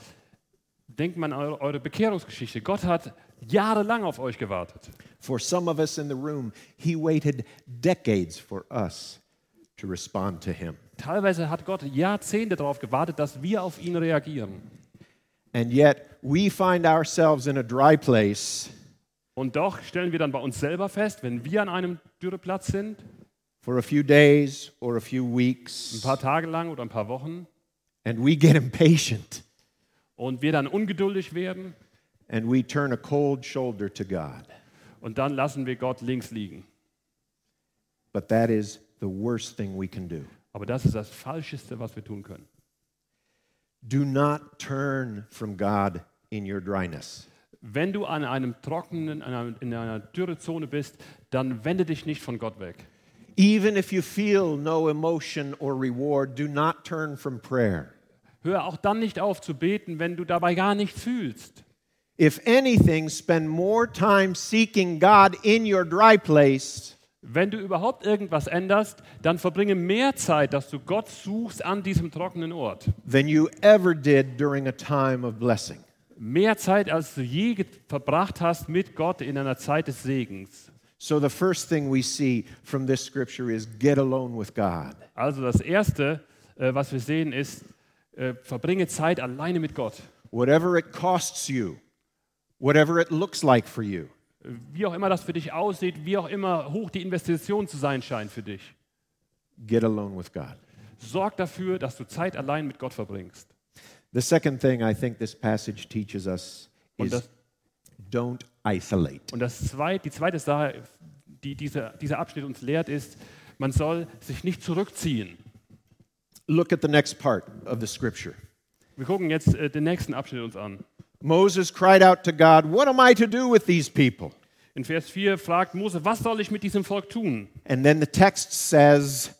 S2: denkt man an eure, eure Bekehrungsgeschichte. Gott hat jahrelang auf euch gewartet.
S1: For some of us in the room, He waited decades for us to respond to Him.
S2: Teilweise hat Gott Jahrzehnte darauf gewartet, dass wir auf ihn reagieren.
S1: And yet, we find ourselves in a dry place
S2: Und doch stellen wir dann bei uns selber fest, wenn wir an einem Dürreplatz sind,
S1: for a few days or a few
S2: ein
S1: weeks,
S2: paar Tage lang oder ein paar Wochen,
S1: and we get impatient
S2: und wir dann ungeduldig werden,
S1: and we turn a cold shoulder to God.
S2: und dann lassen wir Gott links liegen.
S1: But that is the worst thing we can do.
S2: Aber das ist das Falscheste, was wir tun können.
S1: Do not turn from God in your dryness.
S2: Wenn du an einem trockenen, an einer, in einer dürre Zone bist, dann wende dich nicht von Gott weg.
S1: Even if you feel no emotion or reward, do not turn from prayer.
S2: Hör auch dann nicht auf zu beten, wenn du dabei gar nicht fühlst.
S1: If anything, spend more time seeking God in your dry place
S2: Wenn du überhaupt irgendwas änderst, dann verbringe mehr Zeit, dass du Gott suchst an diesem trockenen Ort.
S1: than you ever did during a time of blessing.
S2: Mehr Zeit, als du je ge- verbracht hast mit Gott in einer Zeit des Segens.
S1: So, the first thing we see from this scripture is get alone with God.
S2: Also das Erste, äh, was wir sehen, ist, äh, verbringe Zeit alleine mit Gott.
S1: Whatever it costs you, whatever it looks like for you,
S2: Wie auch immer das für dich aussieht, wie auch immer hoch die Investition zu sein scheint für dich.
S1: get alone with God.
S2: Sorg dafür, dass du Zeit allein mit Gott verbringst.
S1: The second thing I think this passage teaches us
S2: Und
S1: is
S2: das,
S1: don't isolate.
S2: und das zweit, die zweite Sache, die dieser, dieser Abschnitt uns lehrt, ist, man soll sich nicht zurückziehen.
S1: Look at the next part of the scripture.
S2: Wir gucken jetzt äh, den nächsten Abschnitt uns an.
S1: Moses cried out to God, What am I to do with these people?
S2: In Vers 4 fragt Mose, was soll ich mit diesem Volk tun?
S1: And then the text says,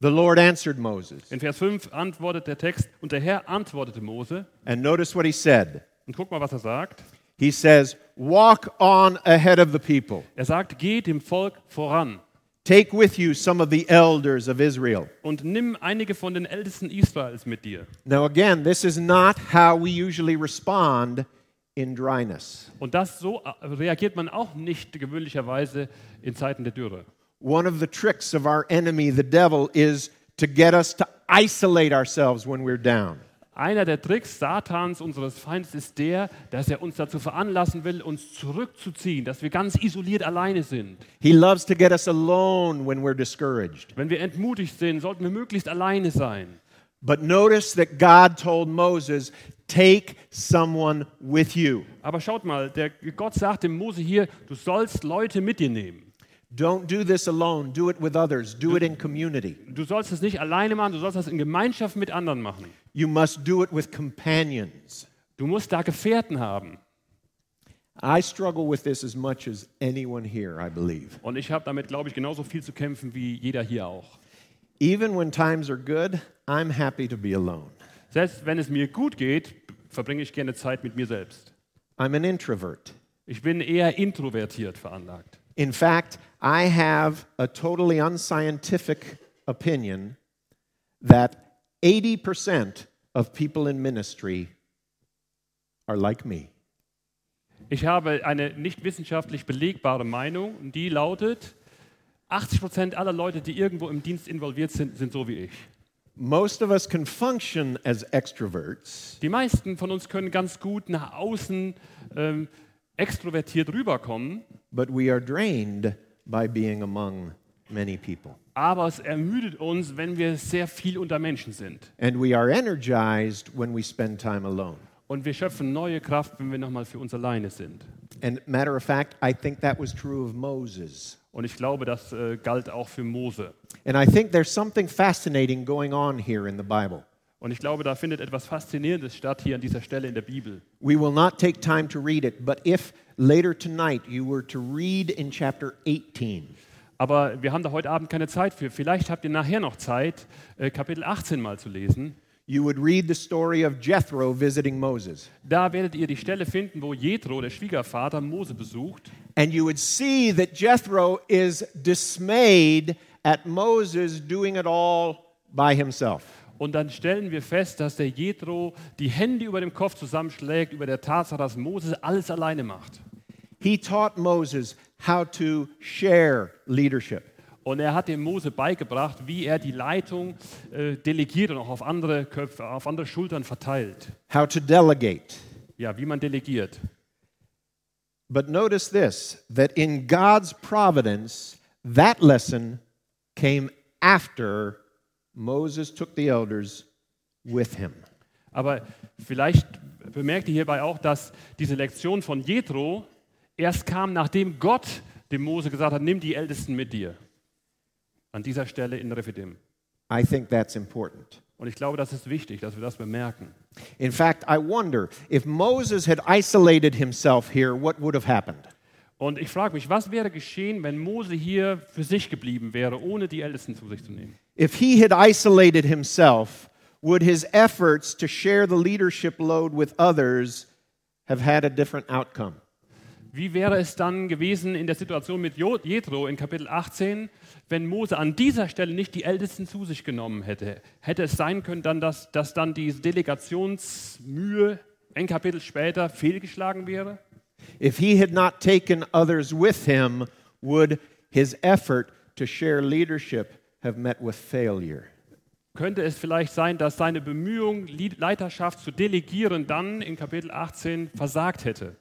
S1: The Lord answered Moses.
S2: In Vers 5 antwortet der Text, und der Herr antwortete Mose,
S1: And notice what he said.
S2: und guck mal, was er sagt.
S1: He says, Walk on ahead of the people.
S2: Er sagt, geh dem Volk voran
S1: Take with you some of the elders of Israel.
S2: und nimm einige von den Ältesten Israels mit dir.
S1: Now, again, this is not how we usually respond in dryness.
S2: Und das so äh, reagiert man auch nicht gewöhnlicherweise in Zeiten der Dürre.
S1: One of the tricks of our enemy, the devil, is to get us to isolate ourselves when we're down.
S2: Einer der Tricks Satans, unseres Feindes, ist der, dass er uns dazu veranlassen will, uns zurückzuziehen, dass wir ganz isoliert alleine sind.
S1: He loves to get us alone when we're discouraged.
S2: Wenn wir entmutigt sind, sollten wir möglichst alleine sein.
S1: But notice that God told Moses, Take someone with you.
S2: Aber schaut mal, der Gott sagt dem Mose hier, du sollst Leute mit dir nehmen.
S1: Don't do this alone, do it with others, do it in community.
S2: Du sollst es nicht alleine machen, du sollst das in Gemeinschaft mit anderen machen.
S1: You must do it with companions.
S2: Du musst da Gefährten haben.
S1: I struggle with this as much as anyone here, I believe.
S2: Und ich habe damit, glaube ich, genauso viel zu kämpfen wie jeder hier auch.
S1: Even when times are good, I'm happy to be alone.
S2: Selbst wenn es mir gut geht, verbringe ich gerne Zeit mit mir selbst.
S1: I'm an introvert.
S2: Ich bin eher introvertiert veranlagt.
S1: In fact, I have a totally unscientific opinion that 80% of people in ministry are like me.
S2: Ich habe eine nicht wissenschaftlich belegbare Meinung und die lautet, 80 Prozent aller Leute, die irgendwo im Dienst involviert sind, sind so wie ich.
S1: Most of us can function as extroverts,
S2: Die meisten von uns können ganz gut nach außen ähm, extrovertiert rüberkommen,
S1: but we are drained by being among many people.
S2: aber es ermüdet uns, wenn wir sehr viel unter Menschen sind.
S1: And we are energized when we spend time alone.
S2: Und wir schöpfen neue Kraft, wenn wir nochmal für uns alleine sind.
S1: And matter of fact, I think that was true of Moses.
S2: Und ich glaube, das äh, galt auch für Mose.
S1: And I think there's something fascinating going on here in the Bible.
S2: Und ich glaube, da findet etwas Faszinierendes statt hier an dieser Stelle in der Bibel.
S1: We will not take time to read it, but if later tonight you were to read in chapter 18,
S2: Aber wir haben da heute Abend keine Zeit für. Vielleicht habt ihr nachher noch Zeit, äh, Kapitel 18 mal zu lesen.
S1: you would read the story of Jethro visiting Moses.
S2: Da werdet ihr die Stelle finden, wo Jethro, der Schwiegervater, Mose besucht.
S1: And you would see that Jethro is dismayed at Moses doing it all by himself.
S2: Und dann stellen wir fest, dass der Jethro die Hände über dem Kopf zusammenschlägt über der Tatsache, dass Moses alles alleine macht.
S1: He taught Moses how to share leadership.
S2: Und er hat dem Mose beigebracht, wie er die Leitung äh, delegiert und auch auf andere Köpfe, auf andere Schultern verteilt.
S1: how to delegate.
S2: Ja, wie man delegiert.
S1: But notice this that in God's providence, that lesson came after Moses took the elders with him.
S2: Aber vielleicht bemerkt ihr hierbei auch, dass diese Lektion von Jethro erst kam, nachdem Gott dem Mose gesagt hat: Nimm die Ältesten mit dir. an dieser Stelle in Refidim.
S1: I think that's important.
S2: Und ich glaube, das ist wichtig, dass wir das bemerken.
S1: In fact, I wonder if Moses had isolated himself here, what would have happened?
S2: Und ich frage mich, was wäre geschehen, wenn Mose hier für sich geblieben wäre, ohne die Ältesten zu sich zu nehmen?
S1: If he had isolated himself, would his efforts to share the leadership load with others have had a different outcome?
S2: Wie wäre es dann gewesen in der Situation mit Jo- Jethro in Kapitel 18, wenn Mose an dieser Stelle nicht die Ältesten zu sich genommen hätte? Hätte es sein können, dann, dass, dass dann die Delegationsmühe ein Kapitel später fehlgeschlagen wäre?
S1: If he had not taken others with him, would his effort to share leadership have met with failure?
S2: Könnte es vielleicht sein, dass seine Bemühung, Lied- Leiterschaft zu delegieren, dann in Kapitel 18 versagt hätte?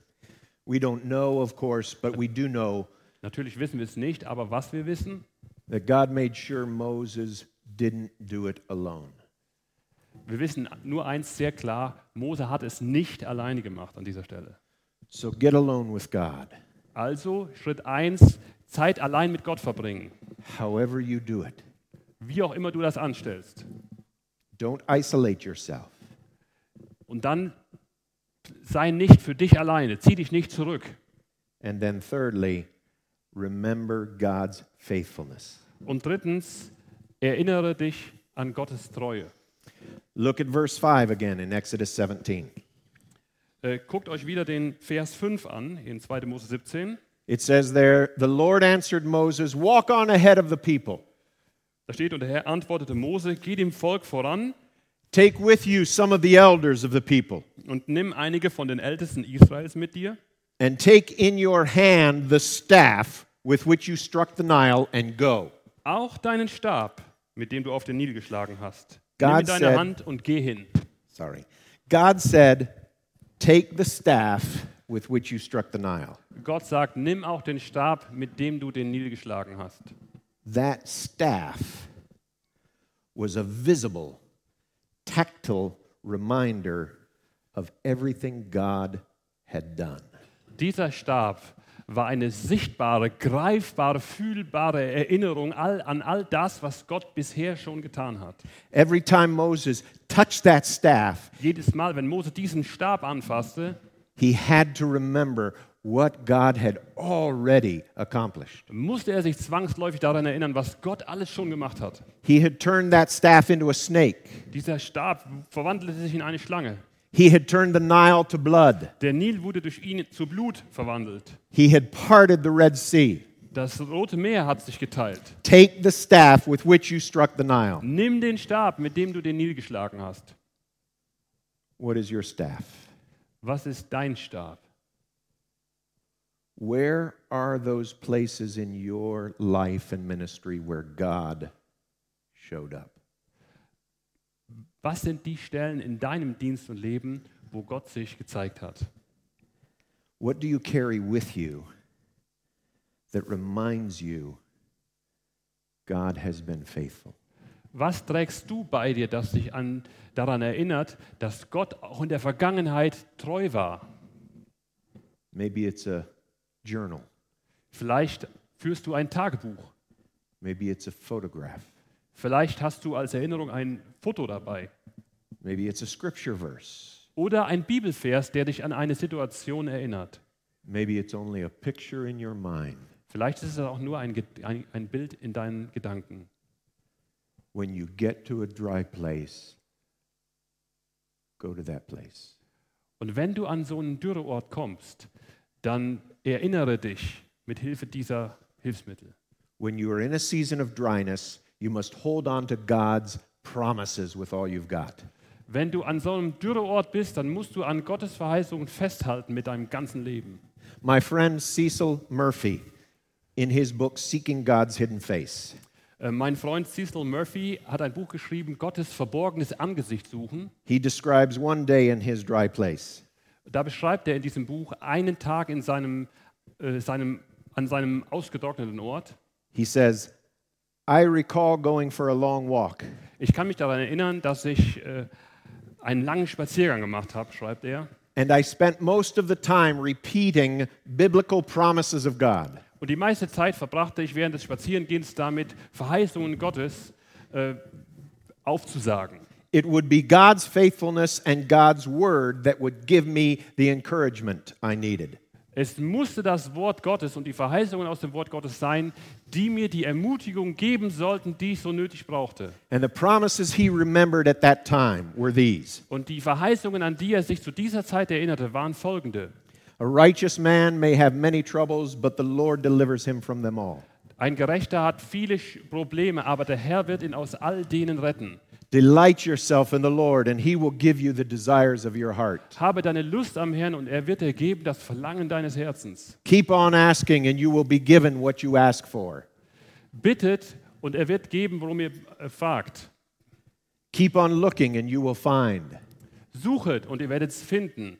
S1: We don't know, of course, but we do know
S2: Natürlich wissen wir es nicht, aber was wir wissen,
S1: that God made sure Moses didn't do it alone.
S2: wir wissen nur eins sehr klar, Mose hat es nicht alleine gemacht an dieser Stelle.
S1: So get alone with God,
S2: Also Schritt 1, Zeit allein mit Gott verbringen.
S1: however you do it.
S2: Wie auch immer du das anstellst.
S1: Don't isolate yourself.
S2: Und dann sei nicht für dich alleine, zieh dich nicht zurück.
S1: And then, thirdly, remember God's faithfulness.
S2: Und drittens, erinnere dich an Gottes Treue.
S1: Look at verse 5 again in Exodus 17.
S2: Äh, guckt euch wieder den Vers 5 an in 2. Mose 17.
S1: It says there, The Lord answered Moses, Walk on ahead of the people.
S2: Da steht, und der Herr antwortete Mose, geh dem Volk voran
S1: Take with you some of the elders of the people,
S2: und nimm einige von den Ältesten Israels mit dir
S1: and take in your hand the staff with which you struck the Nile, and go.
S2: Auch deinen Stab, mit dem du auf den Nil geschlagen hast. Nimm
S1: God
S2: in deine
S1: said-
S2: Hand und geh hin.
S1: Sorry. God said, Take the staff with which you struck the Nile.
S2: Gott sagt, nimm auch den Stab, mit dem du den Nil geschlagen hast.
S1: That staff was a visible, tactile reminder of everything God had done.
S2: Dieser Stab war eine sichtbare, greifbare, fühlbare Erinnerung all, an all das, was Gott bisher schon getan hat.
S1: Every time Moses touched that staff,
S2: Jedes Mal, wenn Mose diesen Stab anfasste,
S1: he had to remember what God had already accomplished.
S2: musste er sich zwangsläufig daran erinnern, was Gott alles schon gemacht hat.
S1: He had turned that staff into a snake,
S2: Dieser Stab verwandelte sich in eine Schlange.
S1: he had turned the Nile to blood,
S2: Der Nil wurde durch ihn zu Blut verwandelt.
S1: he had parted the Red Sea.
S2: Das Rote Meer hat sich geteilt.
S1: Take the staff with which you struck the Nile.
S2: Nimm den Stab, mit dem du den Nil geschlagen hast.
S1: What is your staff?
S2: Was ist dein Stab?
S1: Where are those places in your life and ministry where God showed up?
S2: Was sind die Stellen in deinem Dienst und Leben, wo Gott sich gezeigt hat?
S1: What do you carry with you that reminds you God has been faithful?
S2: Was trägst du bei dir, das dich an, daran erinnert, dass Gott auch in der Vergangenheit treu war?
S1: Maybe it's a journal,
S2: Vielleicht führst du ein Tagebuch.
S1: maybe it's a photograph,
S2: Vielleicht hast du als Erinnerung ein Foto dabei.
S1: maybe it's a scripture verse,
S2: Oder ein Bibelvers, der dich an eine Situation erinnert.
S1: maybe it's only a picture in your mind.
S2: Vielleicht ist es auch nur ein, Ge- ein, ein Bild in deinen Gedanken.
S1: When you get to a dry place, go to that place.
S2: Und wenn du an so einen Dürreort kommst, dann erinnere dich mit Hilfe dieser Hilfsmittel.
S1: When you are in a season of dryness, you must hold on to God's promises with all you've got.
S2: Wenn du an so einem Dürreort bist, dann musst du an Gottes Verheißungen festhalten mit deinem ganzen Leben.
S1: My friend Cecil Murphy, in his book Seeking God's Hidden Face,
S2: Äh, Mein Freund Cecil Murphy hat ein Buch geschrieben, Gottes verborgenes Angesicht suchen.
S1: he describes one day in his dry place.
S2: Da beschreibt er in diesem Buch einen Tag in seinem, äh, seinem, an seinem ausgetrockneten Ort.
S1: He says, I recall going for a long walk.
S2: Ich kann mich daran erinnern, dass ich äh, einen langen Spaziergang gemacht habe, schreibt er.
S1: And I spent most of the time repeating biblical promises of God.
S2: Und die meiste Zeit verbrachte ich während des Spazierengehens damit, Verheißungen Gottes äh, aufzusagen.
S1: It would be God's faithfulness and God's word that would give me the encouragement I needed.
S2: Es musste das Wort Gottes und die Verheißungen aus dem Wort Gottes sein, die mir die Ermutigung geben sollten, die ich so nötig brauchte.
S1: And the promises he remembered at that time were these
S2: Und die Verheißungen, an die er sich zu dieser Zeit erinnerte, waren folgende.
S1: A righteous man may have many troubles, but the Lord delivers him from them all.
S2: Ein Gerechter hat viele Sch- Probleme, aber der Herr wird ihn aus all denen retten.
S1: Delight yourself in the Lord, and he will give you the desires of your heart.
S2: Habe deine Lust am Herrn und er wird dir geben das Verlangen deines Herzens.
S1: Keep on asking, and you will be given what you ask for.
S2: Bittet und er wird geben, worum ihr äh, fragt.
S1: Keep on looking, and you will find.
S2: Suchet und ihr werdet es finden.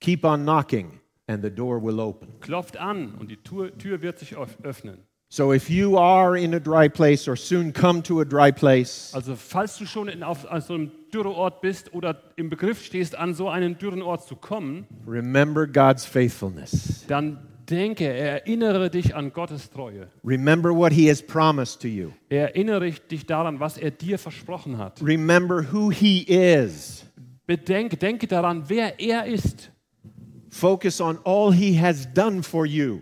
S1: Keep on knocking, and the door will open.
S2: Klopft an und die Tür, Tür wird sich öff- öffnen.
S1: So if you are in a dry place or soon come to a dry place,
S2: Also falls du schon in, auf, an so einem Dürreort bist oder im Begriff stehst, an so einen dürren Ort zu kommen,
S1: remember God's faithfulness.
S2: dann denke, erinnere dich an Gottes Treue.
S1: Remember what he has promised to you.
S2: Erinnere dich daran, was er dir versprochen hat.
S1: Remember who he is.
S2: Bedenke, denke daran, wer er ist.
S1: Focus on all he has done for you.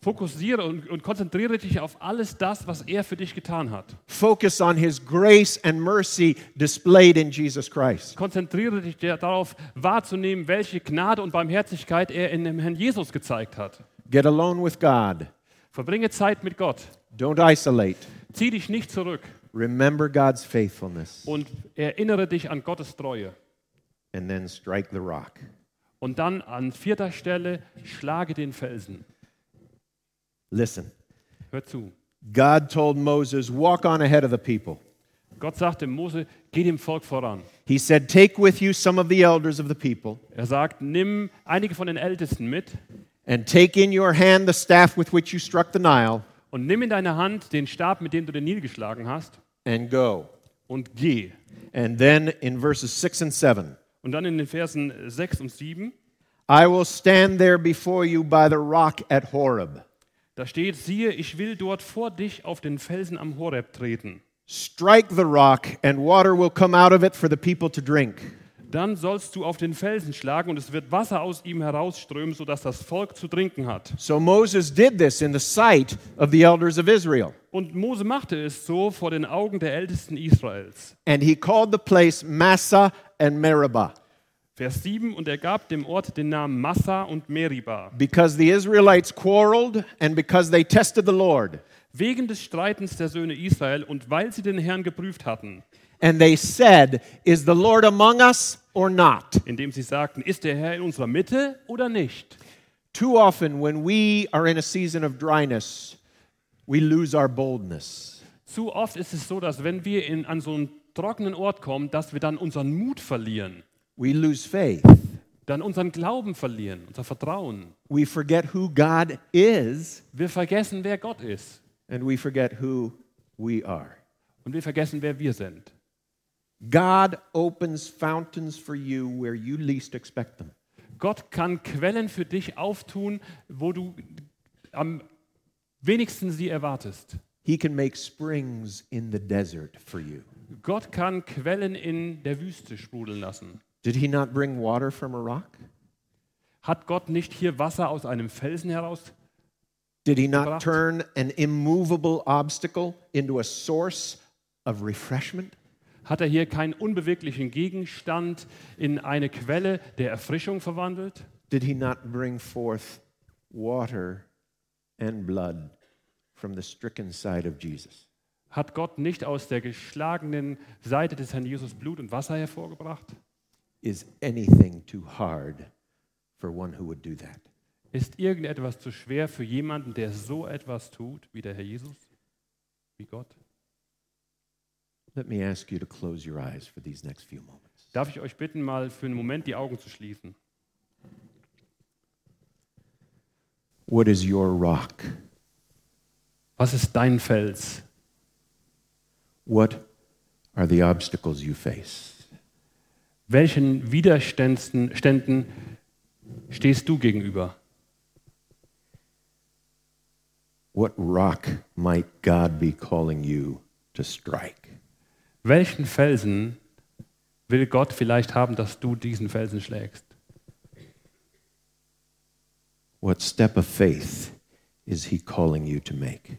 S2: Fokussiere und, und konzentriere dich auf alles das, was er für dich getan hat.
S1: Focus on his grace and mercy displayed in Jesus Christ.
S2: Konzentriere dich der- darauf, wahrzunehmen, welche Gnade und Barmherzigkeit er in dem Herrn Jesus gezeigt hat.
S1: Get alone with God.
S2: Verbringe Zeit mit Gott.
S1: Don't isolate.
S2: Zieh dich nicht zurück
S1: Remember God's faithfulness
S2: und erinnere dich an Gottes Treue.
S1: and then strike the rock.
S2: Und dann an vierter Stelle, schlage den Felsen.
S1: Listen,
S2: Hör zu.
S1: God told Moses, Walk on ahead of the people.
S2: Gott sagte Mose, geh dem Volk voran.
S1: He said, Take with you some of the elders of the people,
S2: Er sagt, nimm einige von den Ältesten mit
S1: and take in your hand the staff with which you struck the Nile,
S2: und nimm in deine Hand den Stab, mit dem du den Nil geschlagen hast
S1: and go.
S2: und geh.
S1: And then in verses 6 and 7,
S2: Und dann in den Versen 6 und 7,
S1: I will stand there before you by the rock at Horeb.
S2: da steht, siehe, ich will dort vor dich auf den Felsen am Horeb treten.
S1: Strike the rock, and water will come out of it for the people to drink.
S2: Dann sollst du auf den Felsen schlagen und es wird Wasser aus ihm herausströmen, sodass das Volk zu trinken hat.
S1: So Moses did this in the sight of the elders of Israel.
S2: Und Mose machte es so vor den Augen der Ältesten Israels.
S1: And he called the place Massa and Meribah,
S2: Vers 7, und er gab dem Ort den Namen Massa und Meriba.
S1: because the Israelites quarreled and because they tested the Lord.
S2: Wegen des Streitens der Söhne Israel und weil sie den Herrn geprüft hatten,
S1: And they said, Is the Lord among us or not?
S2: indem sie sagten, ist der Herr in unserer Mitte oder nicht?
S1: Too often, when we are in a season of dryness, we lose our boldness.
S2: Zu oft ist es so, dass wenn wir in, an so einen trockenen Ort kommen, dass wir dann unseren Mut verlieren,
S1: We lose faith.
S2: dann unseren Glauben verlieren, unser Vertrauen.
S1: We forget who God is
S2: Wir vergessen, wer Gott ist
S1: and we forget who we are.
S2: und wir vergessen, wer wir sind.
S1: God opens fountains for you where you least expect them.
S2: Gott kann Quellen für dich auftun, wo du am wenigsten sie erwartest.
S1: He can make springs in the desert for you.
S2: Gott kann Quellen in der Wüste sprudeln lassen.
S1: Did he not bring water from a rock?
S2: Hat Gott nicht hier Wasser aus einem Felsen heraus?
S1: Did he not
S2: Brought.
S1: turn an immovable obstacle into a source of refreshment?
S2: Hat er hier keinen unbeweglichen Gegenstand in eine Quelle der Erfrischung verwandelt?
S1: Did he not bring forth water and blood from the stricken side of Jesus?
S2: Hat Gott nicht aus der geschlagenen Seite des Herrn Jesus Blut und Wasser hervorgebracht?
S1: Is anything too hard for one who would do that?
S2: Ist irgendetwas zu schwer für jemanden, der so etwas tut wie der Herr Jesus, wie Gott?
S1: Let me ask you to close your eyes for these next few moments.
S2: Darf ich euch bitten, mal für einen Moment die Augen zu schließen?
S1: What is your rock?
S2: Was ist dein Fels?
S1: What are the obstacles you face?
S2: Welchen Widerständen Ständen stehst du gegenüber?
S1: What rock might God be calling you to strike?
S2: Welchen Felsen will Gott vielleicht haben, dass du diesen Felsen schlägst?
S1: What step of faith is He calling you to make?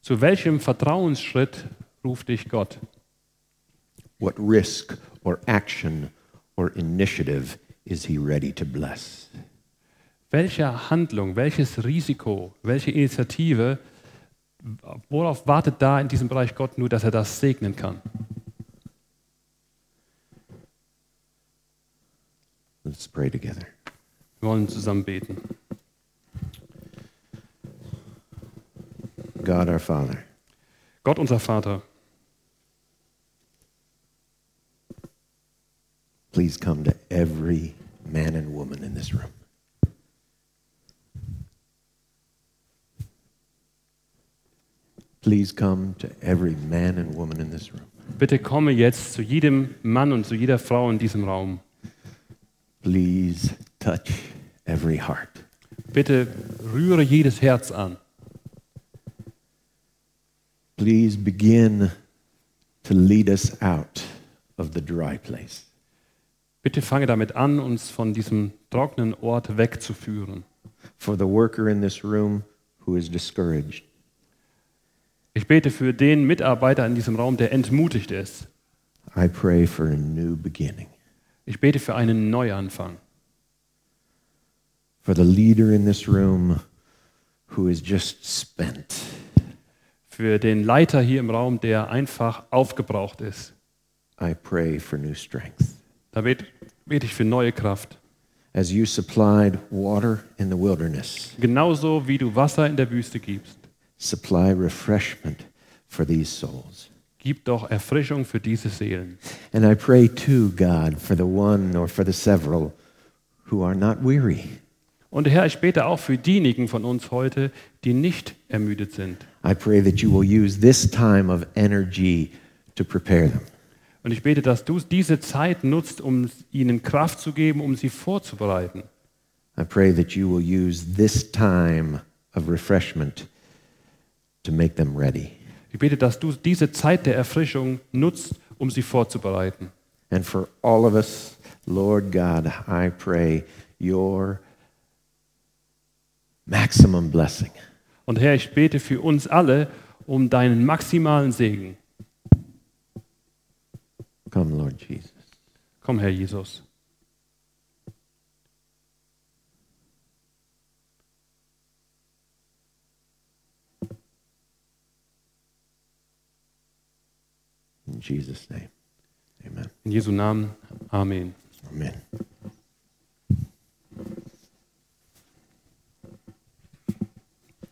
S2: Zu welchem Vertrauensschritt ruft dich Gott?
S1: What risk or action or initiative is He ready to bless?
S2: Welche Handlung, welches Risiko, welche Initiative, worauf wartet da in diesem Bereich Gott nur, dass er das segnen kann?
S1: Let's pray together.
S2: Wir wollen zusammen beten.
S1: God our Father,
S2: Gott, unser Vater,
S1: please come to every man and woman in this room. Please come to every man and woman in this room.
S2: bitte komme jetzt zu jedem Mann und zu jeder Frau in diesem Raum.
S1: Please touch every heart.
S2: Bitte rühre jedes Herz an.
S1: Please begin to lead us out of the dry place.
S2: Bitte fange damit an, uns von diesem trockenen Ort wegzuführen.
S1: For the worker in this room who is discouraged,
S2: Ich bete für den Mitarbeiter in diesem Raum, der entmutigt ist.
S1: I pray for a new beginning.
S2: Ich bete für einen Neuanfang.
S1: For the leader in this room who is just spent,
S2: Für den Leiter hier im Raum, der einfach aufgebraucht ist.
S1: I pray for new strength.
S2: Da bete, bete ich für neue Kraft.
S1: As you supplied water in the wilderness,
S2: Genauso wie du Wasser in der Wüste gibst,
S1: supply refreshment for these souls.
S2: gib doch Erfrischung für diese Seelen.
S1: And I pray too, God, for the one or for the several who are not weary.
S2: Und Herr, ich bete auch für diejenigen von uns heute, die nicht ermüdet sind.
S1: I pray that you will use this time of energy to prepare them.
S2: Und ich bete, dass du diese Zeit nutzt, um ihnen Kraft zu geben, um sie vorzubereiten.
S1: I pray that you will use this time of refreshment to make them ready.
S2: Ich bete, dass du diese Zeit der Erfrischung nutzt, um sie vorzubereiten.
S1: And for all of us, Lord God, I pray your maximum blessing.
S2: Und Herr, ich bete für uns alle um deinen maximalen Segen.
S1: Come, Lord Jesus.
S2: Komm, Herr Jesus.
S1: In Jesus' name. Amen.
S2: In Jesu Namen. Amen.
S1: Amen.